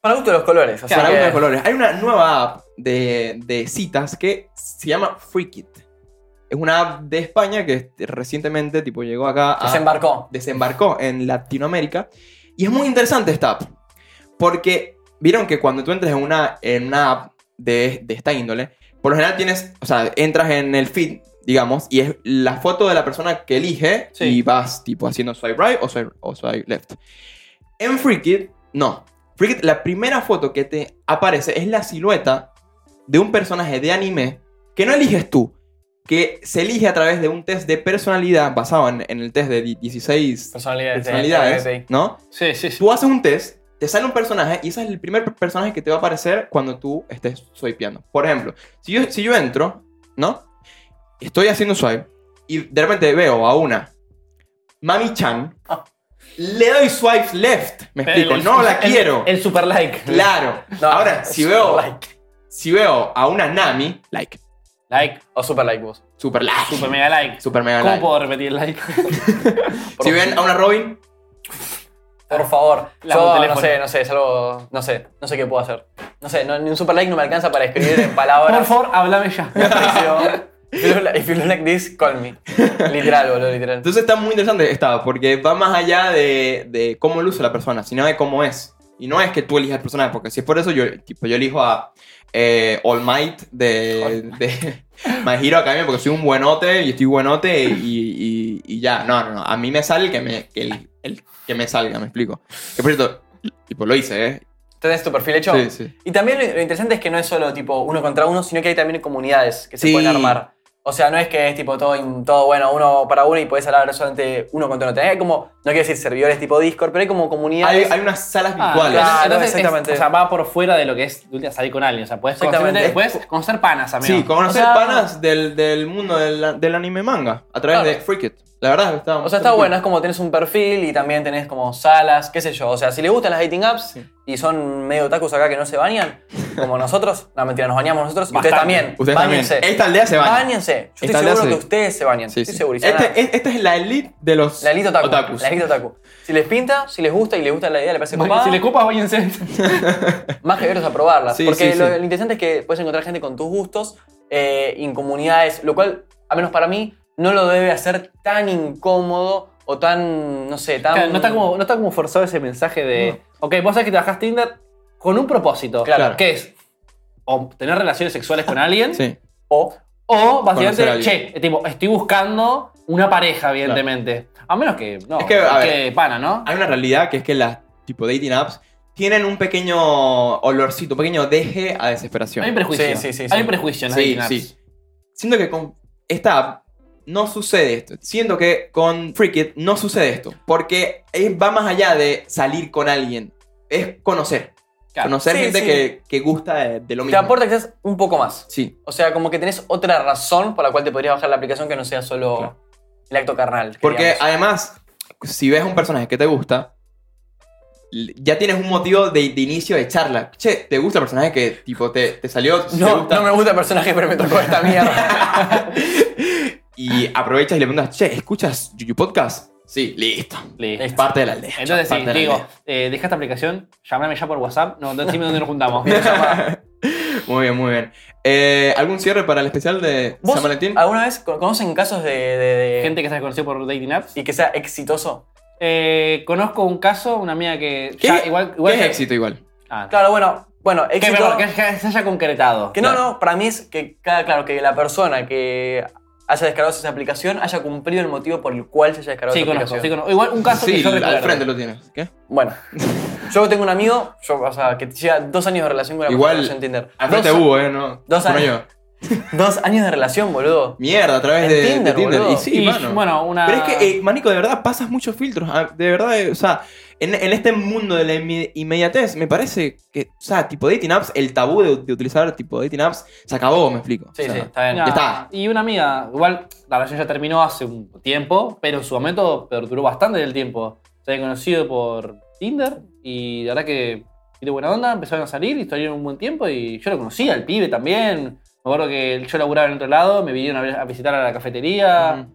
Speaker 2: Para gusto de los colores. así
Speaker 1: para
Speaker 2: que-
Speaker 1: gustos de colores. Hay una nueva app de, de citas que se llama Freakit. Es una app de España que este, recientemente tipo, llegó acá a.
Speaker 2: Desembarcó.
Speaker 1: desembarcó en Latinoamérica. Y es muy interesante esta app. Porque vieron que cuando tú entras en una, en una app de, de esta índole, por lo general tienes, o sea, entras en el feed, digamos, y es la foto de la persona que elige
Speaker 3: Sí.
Speaker 1: y vas tipo haciendo swipe right o swipe, o swipe left. En FreeKit, no. FreeKit, la primera foto que te aparece es la silueta de un personaje de anime que no eliges tú, que se elige a través de un test de personalidad basado en, en el test de di- 16
Speaker 2: Personalidades. sí,
Speaker 1: personalidades,
Speaker 2: sí.
Speaker 1: ¿no?
Speaker 3: Sí, sí, sí.
Speaker 1: Tú haces un test, te sale un personaje y ese es el primer per- personaje que te va a aparecer cuando tú estés swipeando. Por ejemplo, si yo, si yo entro, ¿no? Estoy haciendo swipe y de repente veo a una Mami Chan, le doy swipe left, me explico,
Speaker 3: El-
Speaker 1: no la
Speaker 3: el-
Speaker 1: quiero.
Speaker 3: El super like.
Speaker 1: claro.
Speaker 2: No,
Speaker 1: Ahora, si
Speaker 2: super
Speaker 1: veo,
Speaker 2: like.
Speaker 1: si veo a una Nami, like,
Speaker 3: Like,
Speaker 2: O super like vos.
Speaker 1: super like,
Speaker 3: super
Speaker 1: super,
Speaker 3: mega like.
Speaker 1: mega
Speaker 3: ¿Cómo
Speaker 1: like.
Speaker 3: puedo repetir el like?
Speaker 1: Si ven a una Robin, Ah,
Speaker 2: Por favor.
Speaker 3: La
Speaker 2: Yo,
Speaker 3: del
Speaker 2: no
Speaker 3: teléfono.
Speaker 2: sé, no sé, es algo. No sé, no sé qué puedo hacer. No sé, no- ni un super like no me alcanza para escribir en palabras.
Speaker 3: Por favor, háblame ya.
Speaker 2: If you, look like, if you look like this, call me. Literal, boludo, literal.
Speaker 1: Entonces está muy interesante esta, porque va más allá de, de cómo luce la persona, sino de cómo es. Y no es que tú elijas el personaje, porque si es por eso, yo, tipo, yo elijo a eh, All Might de, de My Hero Academia, porque soy un buenote y estoy buenote y, y- y ya. No, no, no. A mí me sale el que me, que el, el que me salga, me explico. Que por cierto, tipo, lo hice, ¿eh?
Speaker 2: ¿Tenés tu perfil hecho?
Speaker 1: Sí, sí.
Speaker 2: Y también lo, lo interesante es que no es solo tipo uno contra uno, sino que hay también comunidades que se
Speaker 1: Sí.
Speaker 2: pueden armar. O sea, no es que es tipo todo, in- todo bueno, uno para uno y podés hablar solamente uno contra uno. Tenés hay como, no quiero decir servidores tipo Discord, pero hay como
Speaker 1: Hay,
Speaker 2: comunidades.
Speaker 1: hay unas salas
Speaker 3: Ah,
Speaker 1: virtuales.
Speaker 2: claro.
Speaker 3: entonces es-
Speaker 2: exactamente.
Speaker 3: o sea, va por fuera de lo que es de última, salir con alguien. O sea, puedes
Speaker 2: Exactamente.
Speaker 3: conocer, puedes conocer panas, amigo.
Speaker 1: Sí, conocer
Speaker 2: O sea-
Speaker 1: panas del, del mundo del, del anime manga a través
Speaker 2: Claro.
Speaker 1: de Freakit. La verdad, está
Speaker 2: o sea, está bueno, es como tenés un perfil y también tenés como salas, qué sé yo. O sea, si le gustan las dating apps y son medio tacos acá que no se bañan, como nosotros, no mentira, nos bañamos nosotros, ustedes
Speaker 3: Bastante.
Speaker 2: también.
Speaker 1: Ustedes
Speaker 2: Báñense.
Speaker 1: también. Esta aldea se baña.
Speaker 2: Báñense. Yo
Speaker 1: Esta
Speaker 2: estoy
Speaker 1: aldea
Speaker 2: seguro que
Speaker 1: se-
Speaker 2: ustedes se bañan.
Speaker 1: Sí,
Speaker 2: estoy
Speaker 1: sí.
Speaker 2: segurísimo.
Speaker 1: Esta, es- esta es la elite de los
Speaker 2: La elite otaku.
Speaker 1: otakus.
Speaker 2: La elite otaku. Si les pinta, si les gusta y les gusta la idea, les parece
Speaker 3: Bueno,
Speaker 2: copada,
Speaker 3: Si le copas, váyanse.
Speaker 2: más que veros a probarlas.
Speaker 1: Sí,
Speaker 2: porque
Speaker 1: sí,
Speaker 2: lo,
Speaker 1: sí.
Speaker 2: lo interesante es que puedes encontrar gente con tus gustos eh, en comunidades, lo cual, a menos para mí, no lo debe hacer tan incómodo o tan, no sé, tan...
Speaker 1: Ah.
Speaker 3: Claro, no, está como, no está como forzado ese mensaje de. Ok, vos sabés que trabajás Tinder con un propósito.
Speaker 1: Claro.
Speaker 3: Que es o tener relaciones sexuales con alguien.
Speaker 1: Sí.
Speaker 2: O,
Speaker 3: O
Speaker 1: Conocer a
Speaker 3: básicamente,
Speaker 1: alguien.
Speaker 3: che, eh, tipo, estoy buscando una pareja, evidentemente. A menos que. No,
Speaker 1: Es que, a
Speaker 3: pana, ¿no?
Speaker 1: Hay una realidad que es que las tipo dating apps tienen un pequeño olorcito, un pequeño deje a
Speaker 3: Hay un
Speaker 1: desesperación.
Speaker 3: prejuicio.
Speaker 2: Sí, sí, sí,
Speaker 3: Hay
Speaker 2: sí.
Speaker 3: un prejuicio en las
Speaker 1: Sí,
Speaker 3: dating apps.
Speaker 1: sí. Siento que con esta app no sucede esto. Siento que con Freakit no sucede esto. Porque es- va más allá de salir con alguien. Es conocer.
Speaker 3: Claro.
Speaker 1: Conocer
Speaker 2: Sí,
Speaker 1: gente
Speaker 2: sí.
Speaker 1: Que, que gusta de, de lo
Speaker 2: te
Speaker 1: mismo.
Speaker 2: aporta quizás un poco más.
Speaker 1: Sí.
Speaker 2: O sea, como que tenés otra razón por la cual te podrías bajar la aplicación que no sea solo
Speaker 1: Claro.
Speaker 2: el acto carnal. que
Speaker 1: Porque
Speaker 2: digamos.
Speaker 1: además, si ves a un personaje que te gusta, l- ya tienes un motivo de, de inicio de charla. Che, ¿te gusta el personaje que tipo te, te salió? ¿Te
Speaker 2: No,
Speaker 1: gusta?
Speaker 2: no me gusta el personaje, pero me tocó esta mierda.
Speaker 1: Y aprovechas y le preguntas, che, ¿escuchas Yuyu Podcast? Sí, listo.
Speaker 3: Listo.
Speaker 1: Es parte de la aldea.
Speaker 3: Entonces, sí,
Speaker 1: Parte de la
Speaker 3: digo,
Speaker 1: aldea.
Speaker 3: eh, deja esta aplicación, llámame ya por WhatsApp. No, decime dónde nos juntamos.
Speaker 1: Muy bien, muy bien. Eh, ¿Algún cierre para el especial de
Speaker 2: ¿Vos Ah,
Speaker 1: San Valentín?
Speaker 2: alguna vez con- conocen casos de, de- de-
Speaker 3: Gente que se desconoció por dating apps.
Speaker 2: y que sea exitoso?
Speaker 3: Eh, conozco un caso, una amiga que.
Speaker 1: ¿Qué,
Speaker 3: ya, igual, igual
Speaker 1: qué
Speaker 3: ya-
Speaker 1: es éxito igual?
Speaker 3: Ah,
Speaker 2: Claro, bueno, bueno,
Speaker 3: Que,
Speaker 2: éxito.
Speaker 3: perdón, que haya- se haya concretado.
Speaker 2: Que no, no, para mí es que cada, claro, que la persona que haya descargado esa aplicación haya cumplido el motivo por el cual se haya descargado
Speaker 3: Sí,
Speaker 2: esa
Speaker 3: conozco,
Speaker 2: aplicación.
Speaker 3: sí, conozco. Igual un caso que
Speaker 1: Sí,
Speaker 3: yo
Speaker 1: al
Speaker 3: recuerdo.
Speaker 1: frente lo tienes. ¿Qué?
Speaker 2: Bueno, yo tengo un amigo, yo, o sea, que lleva dos años de relación con la
Speaker 1: Igual,
Speaker 2: persona que conoció en Tinder.
Speaker 1: Al frente
Speaker 2: dos,
Speaker 1: hubo, ¿eh? No,
Speaker 2: dos
Speaker 1: no
Speaker 2: años.
Speaker 1: yo.
Speaker 2: dos años de relación, boludo.
Speaker 1: Mierda, a través
Speaker 2: En
Speaker 1: de de
Speaker 2: Tinder,
Speaker 1: Tinder.
Speaker 2: boludo.
Speaker 1: Y sí,
Speaker 3: Y,
Speaker 1: mano.
Speaker 3: bueno, una.
Speaker 1: Pero es que, eh, Manico, de verdad pasas muchos filtros. ah, De verdad, eh, o sea, en, en este mundo de la inme- inmediatez, me parece que, o sea, tipo dating apps, el tabú de, de utilizar tipo dating apps se acabó, me explico.
Speaker 2: Sí,
Speaker 1: O sea,
Speaker 2: sí, está bien.
Speaker 1: ya está.
Speaker 3: Y una amiga, igual la relación ya terminó hace un tiempo, pero en su momento perduró bastante el tiempo. Se había conocido por Tinder y la verdad que de buena onda, empezaron a salir y estuvieron un buen tiempo y yo lo conocía, el pibe también. Me acuerdo que yo laburaba en otro lado, me vinieron a, ver- a visitar a la
Speaker 1: Mm.
Speaker 3: cafetería,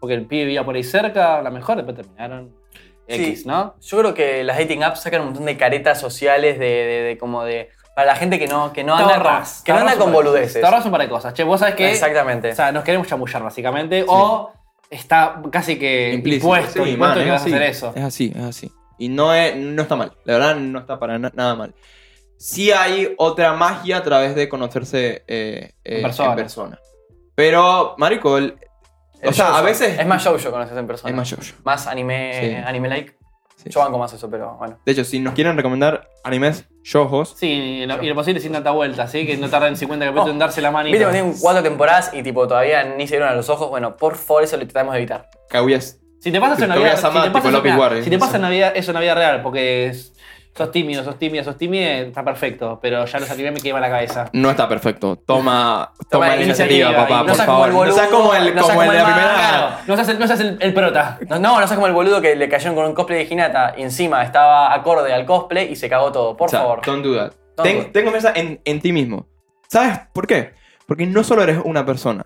Speaker 3: porque el pibe vivía por ahí cerca, a lo mejor después terminaron X,
Speaker 2: Sí.
Speaker 3: ¿no?
Speaker 2: Yo creo que las dating apps sacan un montón de caretas sociales de, de- de como de. Para la gente que no, que no anda con,
Speaker 3: Tarras,
Speaker 2: que no
Speaker 3: tarras
Speaker 2: anda con
Speaker 3: un par-
Speaker 2: boludeces.
Speaker 3: Tarras un par de cosas. Che, vos sabés que.
Speaker 2: Exactamente.
Speaker 3: O sea, nos queremos chamullar, básicamente. O está casi que
Speaker 1: Implícito.
Speaker 3: Eh, impuesto,
Speaker 1: Sí,
Speaker 3: impuesto
Speaker 1: man,
Speaker 3: que
Speaker 1: es
Speaker 3: vas
Speaker 1: así,
Speaker 3: a hacer eso.
Speaker 1: Es así, es así. Y no, es- no está mal. La verdad, no está para na- nada mal. Sí hay otra magia a través de conocerse eh, eh,
Speaker 3: En persona.
Speaker 1: en persona. Pero, Marico, el-
Speaker 2: El
Speaker 1: o sea,
Speaker 2: shoujo.
Speaker 1: a veces-
Speaker 2: Es más yo conoces en persona.
Speaker 1: es más yo-yo.
Speaker 2: Más anime,
Speaker 1: Sí.
Speaker 2: anime like.
Speaker 1: Sí.
Speaker 2: Yo banco más eso, pero bueno.
Speaker 1: De hecho, si nos quieren recomendar animes yojos,
Speaker 3: Sí, y lo, y lo posible sin tanta vuelta, ¿sí? Que no tarden 50 capítulos
Speaker 2: Oh,
Speaker 3: en darse la mano.
Speaker 2: Viste, como tienen cuatro temporadas y tipo todavía ni se vieron a los ojos. Bueno, por favor, eso lo tratamos de evitar.
Speaker 1: Kaguya's.
Speaker 3: Si te pasas
Speaker 1: Te
Speaker 3: en Navidad,
Speaker 1: voy a llamar,
Speaker 3: si te
Speaker 1: tipo,
Speaker 3: pasas,
Speaker 1: Lopi
Speaker 3: mirá,
Speaker 1: Warren,
Speaker 3: si te
Speaker 1: no
Speaker 3: pasa
Speaker 1: sé.
Speaker 3: en Navidad, eso en Navidad real, porque es- sos tímido, sos tímido, sos tímido, está perfecto, pero ya los animes me quema la cabeza.
Speaker 1: No está perfecto. Toma, toma
Speaker 2: la
Speaker 1: iniciativa,
Speaker 3: iniciativa,
Speaker 1: papá,
Speaker 3: y no
Speaker 1: por
Speaker 2: seas como
Speaker 1: favor.
Speaker 2: el
Speaker 1: no seas
Speaker 2: boludo,
Speaker 1: como el,
Speaker 2: no seas
Speaker 1: como el
Speaker 2: como
Speaker 1: de
Speaker 2: el
Speaker 1: la primera.
Speaker 2: manga.
Speaker 3: No seas el, no seas el, el prota.
Speaker 2: No, no, no seas como el boludo que le cayeron con un cosplay de Hinata y encima estaba acorde al cosplay y se cagó todo. Por
Speaker 1: O sea,
Speaker 2: favor.
Speaker 1: Don't do that.
Speaker 2: Don't
Speaker 1: Ten,
Speaker 2: do that.
Speaker 1: ten confianza en, en ti mismo. ¿Sabes por qué? Porque no solo eres una persona,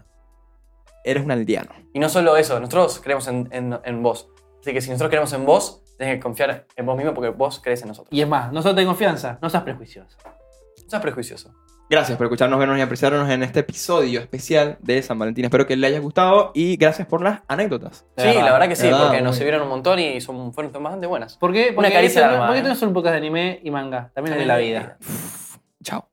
Speaker 1: eres un aldeano.
Speaker 2: Y no solo eso, nosotros creemos en, en- en vos. Así que si nosotros creemos en vos, tenés que confiar en vos mismo porque vos crees en nosotros.
Speaker 3: Y es más, no solo ten confianza, no seas prejuicioso.
Speaker 2: No seas prejuicioso.
Speaker 1: Gracias por escucharnos, vernos y apreciarnos en este episodio especial de San Valentín. Espero que les haya gustado y gracias por las anécdotas.
Speaker 3: De
Speaker 2: sí,
Speaker 3: verdad,
Speaker 2: la verdad que sí,
Speaker 1: de verdad,
Speaker 2: porque
Speaker 1: muy
Speaker 2: nos sirvieron un montón y son, fueron bastante buenas.
Speaker 3: ¿Por qué? Porque
Speaker 2: caricia
Speaker 3: eso-
Speaker 2: al alma,
Speaker 3: ¿por qué
Speaker 2: eh.
Speaker 3: tenés un podcast de anime y manga? También es de la vida.
Speaker 1: Chao.